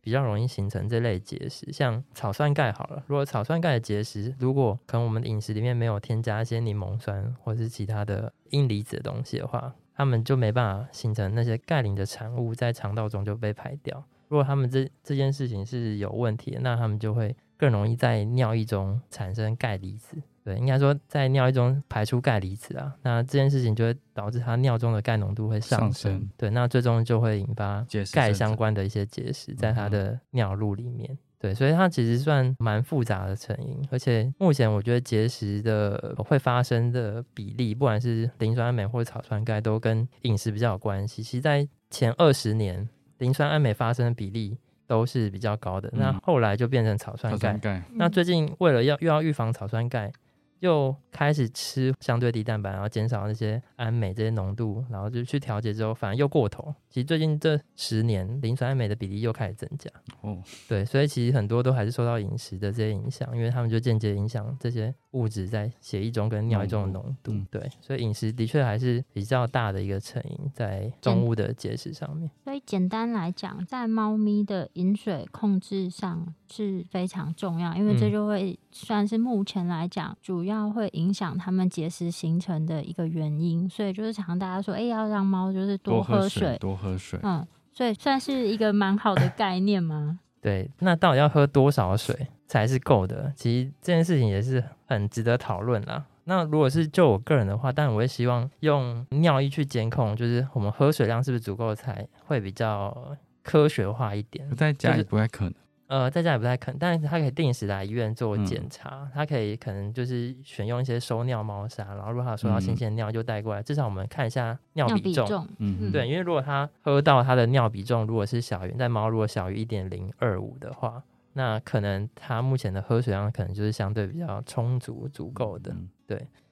Speaker 3: 比较容易形成这类结石，像草酸钙好了。如果草酸钙的结石，如果可能我们的饮食里面没有添加一些柠檬酸或是其他的阴离子的东西的话，它们就没办法形成那些钙磷的产物在肠道中就被排掉。如果它们这这件事情是有问题的，那它们就会更容易在尿液中产生钙离子。对，应该说在尿液中排出钙离子啊，那这件事情就会导致它尿中的钙浓度会上升。
Speaker 2: 上升
Speaker 3: 对，那最终就会引发
Speaker 2: 结石
Speaker 3: 钙
Speaker 2: 生
Speaker 3: 相
Speaker 2: 长
Speaker 3: 关的一些结石在它
Speaker 2: 嗯哼
Speaker 3: 的尿路里面。对，所以它其实算蛮复杂的成因，而且目前我觉得结石的会发生的比例，不管是磷酸铵镁或者草酸钙，都跟饮食比较有关系。其实，在前二十年，磷酸铵镁发生的比例都是比较高的，那
Speaker 2: 嗯
Speaker 3: 后来就变成草酸
Speaker 2: 草
Speaker 3: 钙
Speaker 2: 酸，钙，
Speaker 3: 那
Speaker 1: 嗯
Speaker 3: 最近为了要又要预防草酸钙，又开始吃相对低蛋白，然后减少那些氨镁这些浓度，然后就去调节之后，反而又过头。其实最近这十年，磷酸氨镁的比例又开始增加。
Speaker 2: 哦，
Speaker 3: 对，所以其实很多都还是受到饮食的这些影响，因为他们就间接影响这些物质在血液中跟尿液中的浓度。
Speaker 2: 嗯
Speaker 3: 对，所以饮食的确还是比较大的一个成因在动物的结石上面。
Speaker 1: 所以简单来讲，在猫咪的饮水控制上是非常重要，因为这
Speaker 3: 嗯
Speaker 1: 就会算是目前来讲主要会影响它们结石形成的一个原因。所以就是常常大家说，哎、要让猫就是
Speaker 2: 多
Speaker 1: 喝
Speaker 2: 喝水，多喝水。
Speaker 1: 嗯，所以算是一个蛮好的概念 吗？
Speaker 3: 对，那到底要喝多少水才是够的？其实这件事情也是很值得讨论啦。那如果是就我个人的话，但我会希望用尿液去监控，就是我们喝水量是不是足够，才会比较科学化一点
Speaker 2: 我。在家
Speaker 3: 就
Speaker 2: 里
Speaker 3: 是
Speaker 2: 不太可能，
Speaker 3: 呃，在家也不太可能，但是他可以定时来医院做
Speaker 2: 嗯
Speaker 3: 检查，他可以可能就是选用一些收尿猫砂，然后如果他有收到新
Speaker 2: 嗯
Speaker 3: 鲜的尿就带过来，至少我们看一下尿
Speaker 1: 尿
Speaker 3: 比
Speaker 1: 比
Speaker 3: 重。
Speaker 1: 重，
Speaker 2: 嗯，
Speaker 3: 对，，因为如果它喝到它的尿比重如果是小于，但猫如果小于一点零二五的话，那可能它目前的喝水量可能就是相对比较充足足够的。
Speaker 2: 嗯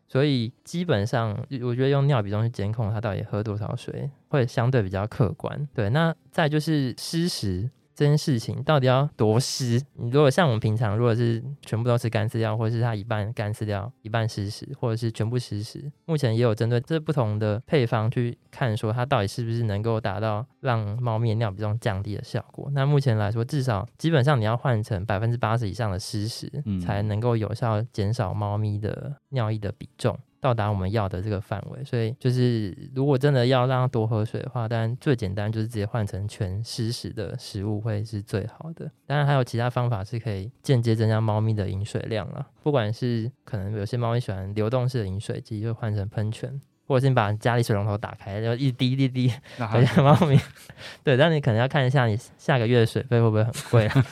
Speaker 3: 所以基本上，我觉得用尿比重去监控它到底喝多少水，会相对比较客观。对，那再就是湿食这件事情，到底要多湿？你如果像我们平常，如果是全部都吃干饲料，或者是它一半干饲料一半湿食，或者是全部湿食，目前也有针对这不同的配方去看，说它到底是不是能够达到让猫咪的尿比重降低的效果。那目前来说，至少基本上你要换成百分之八十以上的湿食，
Speaker 2: 嗯
Speaker 3: 才能够有效减少猫咪的尿液的比重。到达我们要的这个范围，所以就是如果真的要让它多喝水的话，当然最简单就是直接换成全湿食的食物会是最好的。当然还有其他方法是可以间接增加猫咪的饮水量啦，不管是可能有些猫咪喜欢流动式的饮水机，就换成喷泉。或者是你把家里水龙头打开，然后一滴一滴滴
Speaker 2: 那
Speaker 3: 好
Speaker 2: 还
Speaker 3: 像猫咪， 对，但你可能要看一下你下个月的水费会不会很贵、啊。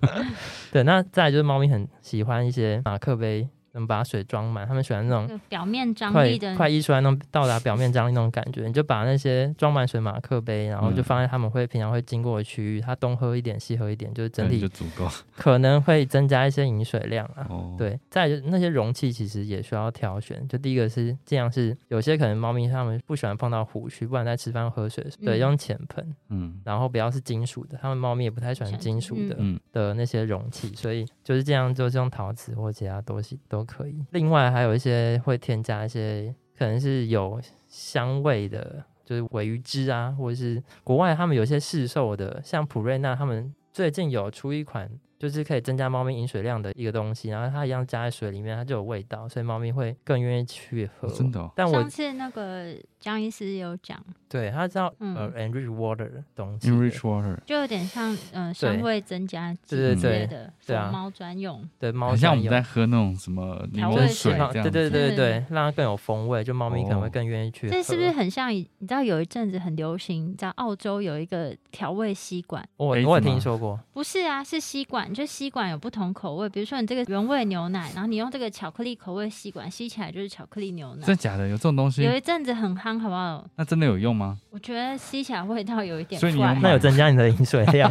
Speaker 3: 对，那再来就是猫咪很喜欢一些马克杯，能把水装满，它们喜欢那种
Speaker 1: 就表面张
Speaker 3: 快
Speaker 1: 力的
Speaker 3: 快溢出来那种到达表面张力那种感觉。你就把那些装满水马克杯，然后就
Speaker 2: 嗯
Speaker 3: 放在它们会平常会经过的区域，它东喝一点西喝一点，就是整
Speaker 2: 整体就
Speaker 3: 体
Speaker 2: 足够。
Speaker 3: 可能会增加一些饮水量啊。
Speaker 2: 哦，，
Speaker 3: 对，再来就是那些容器其实也需要挑选。就第一个是尽量是有些可能猫咪它们不喜欢碰到虎须，不然在吃饭喝水的时候，
Speaker 1: 嗯
Speaker 3: 对，用浅盆，
Speaker 2: 嗯，
Speaker 3: 然后不要是金属的，它们猫咪也不太喜欢
Speaker 1: 像
Speaker 3: 金属的、
Speaker 2: 嗯嗯
Speaker 3: 的那些容器，所以就是这样，就是用陶瓷或其他东西都可以。另外还有一些会添加一些可能是有香味的，就是尾鱼汁啊，或者是国外他们有些市售的，像普瑞纳他们最近有出一款。就是可以增加猫咪饮水量的一个东西，然后它一样加在水里面，它就有味道，所以猫咪会更愿意去喝。
Speaker 2: 哦真的哦
Speaker 3: 但我
Speaker 1: 上次那个江医师有讲，
Speaker 3: 对它叫、
Speaker 1: 嗯
Speaker 3: 呃 enrich water 的东西
Speaker 2: 因
Speaker 3: 的
Speaker 2: 为 rich water
Speaker 1: 就有点像呃香味增加剂
Speaker 3: 对
Speaker 1: 之
Speaker 3: 对
Speaker 1: 类
Speaker 3: 对
Speaker 1: 的，
Speaker 3: 对啊
Speaker 1: 猫专用。
Speaker 3: 对猫
Speaker 2: 很像我
Speaker 3: 专
Speaker 2: 们
Speaker 3: 用
Speaker 2: 在喝那种什么柠
Speaker 1: 调
Speaker 2: 檬
Speaker 1: 味
Speaker 2: 哦水
Speaker 1: 水
Speaker 2: 这样
Speaker 3: 对
Speaker 2: 子。哦
Speaker 3: 对对
Speaker 1: 嗯
Speaker 3: 对，让它更有风味，就猫咪可能会更愿意去喝。
Speaker 1: 这是不是很像以？你知道有一阵子很流行，在澳洲有一个调味吸管，
Speaker 3: 我
Speaker 2: 杯子
Speaker 3: 我有听
Speaker 2: 吗
Speaker 3: 说过？
Speaker 1: 不是啊，是吸管，就吸管有不同口味。比如说你这个原味牛奶，然后你用这个巧克力口味吸管吸起来就是巧克力牛奶
Speaker 2: 真。的假的？有这种东西
Speaker 1: 有？一阵子很夯，好不好？
Speaker 2: 那真的有用吗？
Speaker 1: 我觉得吸起来味道有一点
Speaker 2: 所以你
Speaker 1: 怪
Speaker 2: 有，
Speaker 3: 那有增加你的饮水 量？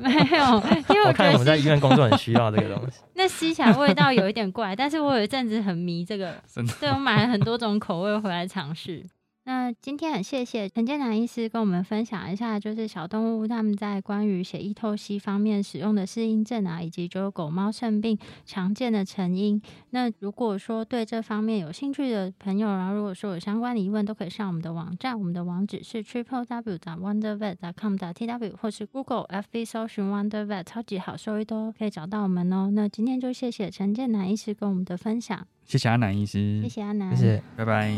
Speaker 1: 没有，因为
Speaker 3: 我
Speaker 1: 我
Speaker 3: 看
Speaker 1: 觉
Speaker 3: 我们在
Speaker 1: 得
Speaker 3: 医
Speaker 1: 吸
Speaker 3: 院工作很需要这个 东西。
Speaker 1: 那吸起来味道有一点怪， 但是我有一阵子很迷这个，
Speaker 2: 真的
Speaker 1: 对我买了很多种口味回来尝 试。那今天很谢谢陈建南医师跟我们分享一下，就是小动物它们在关于血液透析方面使用的适应症啊，以及就是狗猫肾病常见的成因。那如果说对这方面有兴趣的朋友，然后如果说有相关的疑问，都可以上我们的网站，我们的网址是 triple w wonder vet com t w 或是 Google FB 搜寻 Wonder Vet 超级好兽医都可以找到我们哦。那今天就谢谢陈建南医师跟我们的分享，
Speaker 2: 谢谢阿南医师
Speaker 1: 谢，谢阿南，
Speaker 3: 谢谢。
Speaker 2: 拜拜。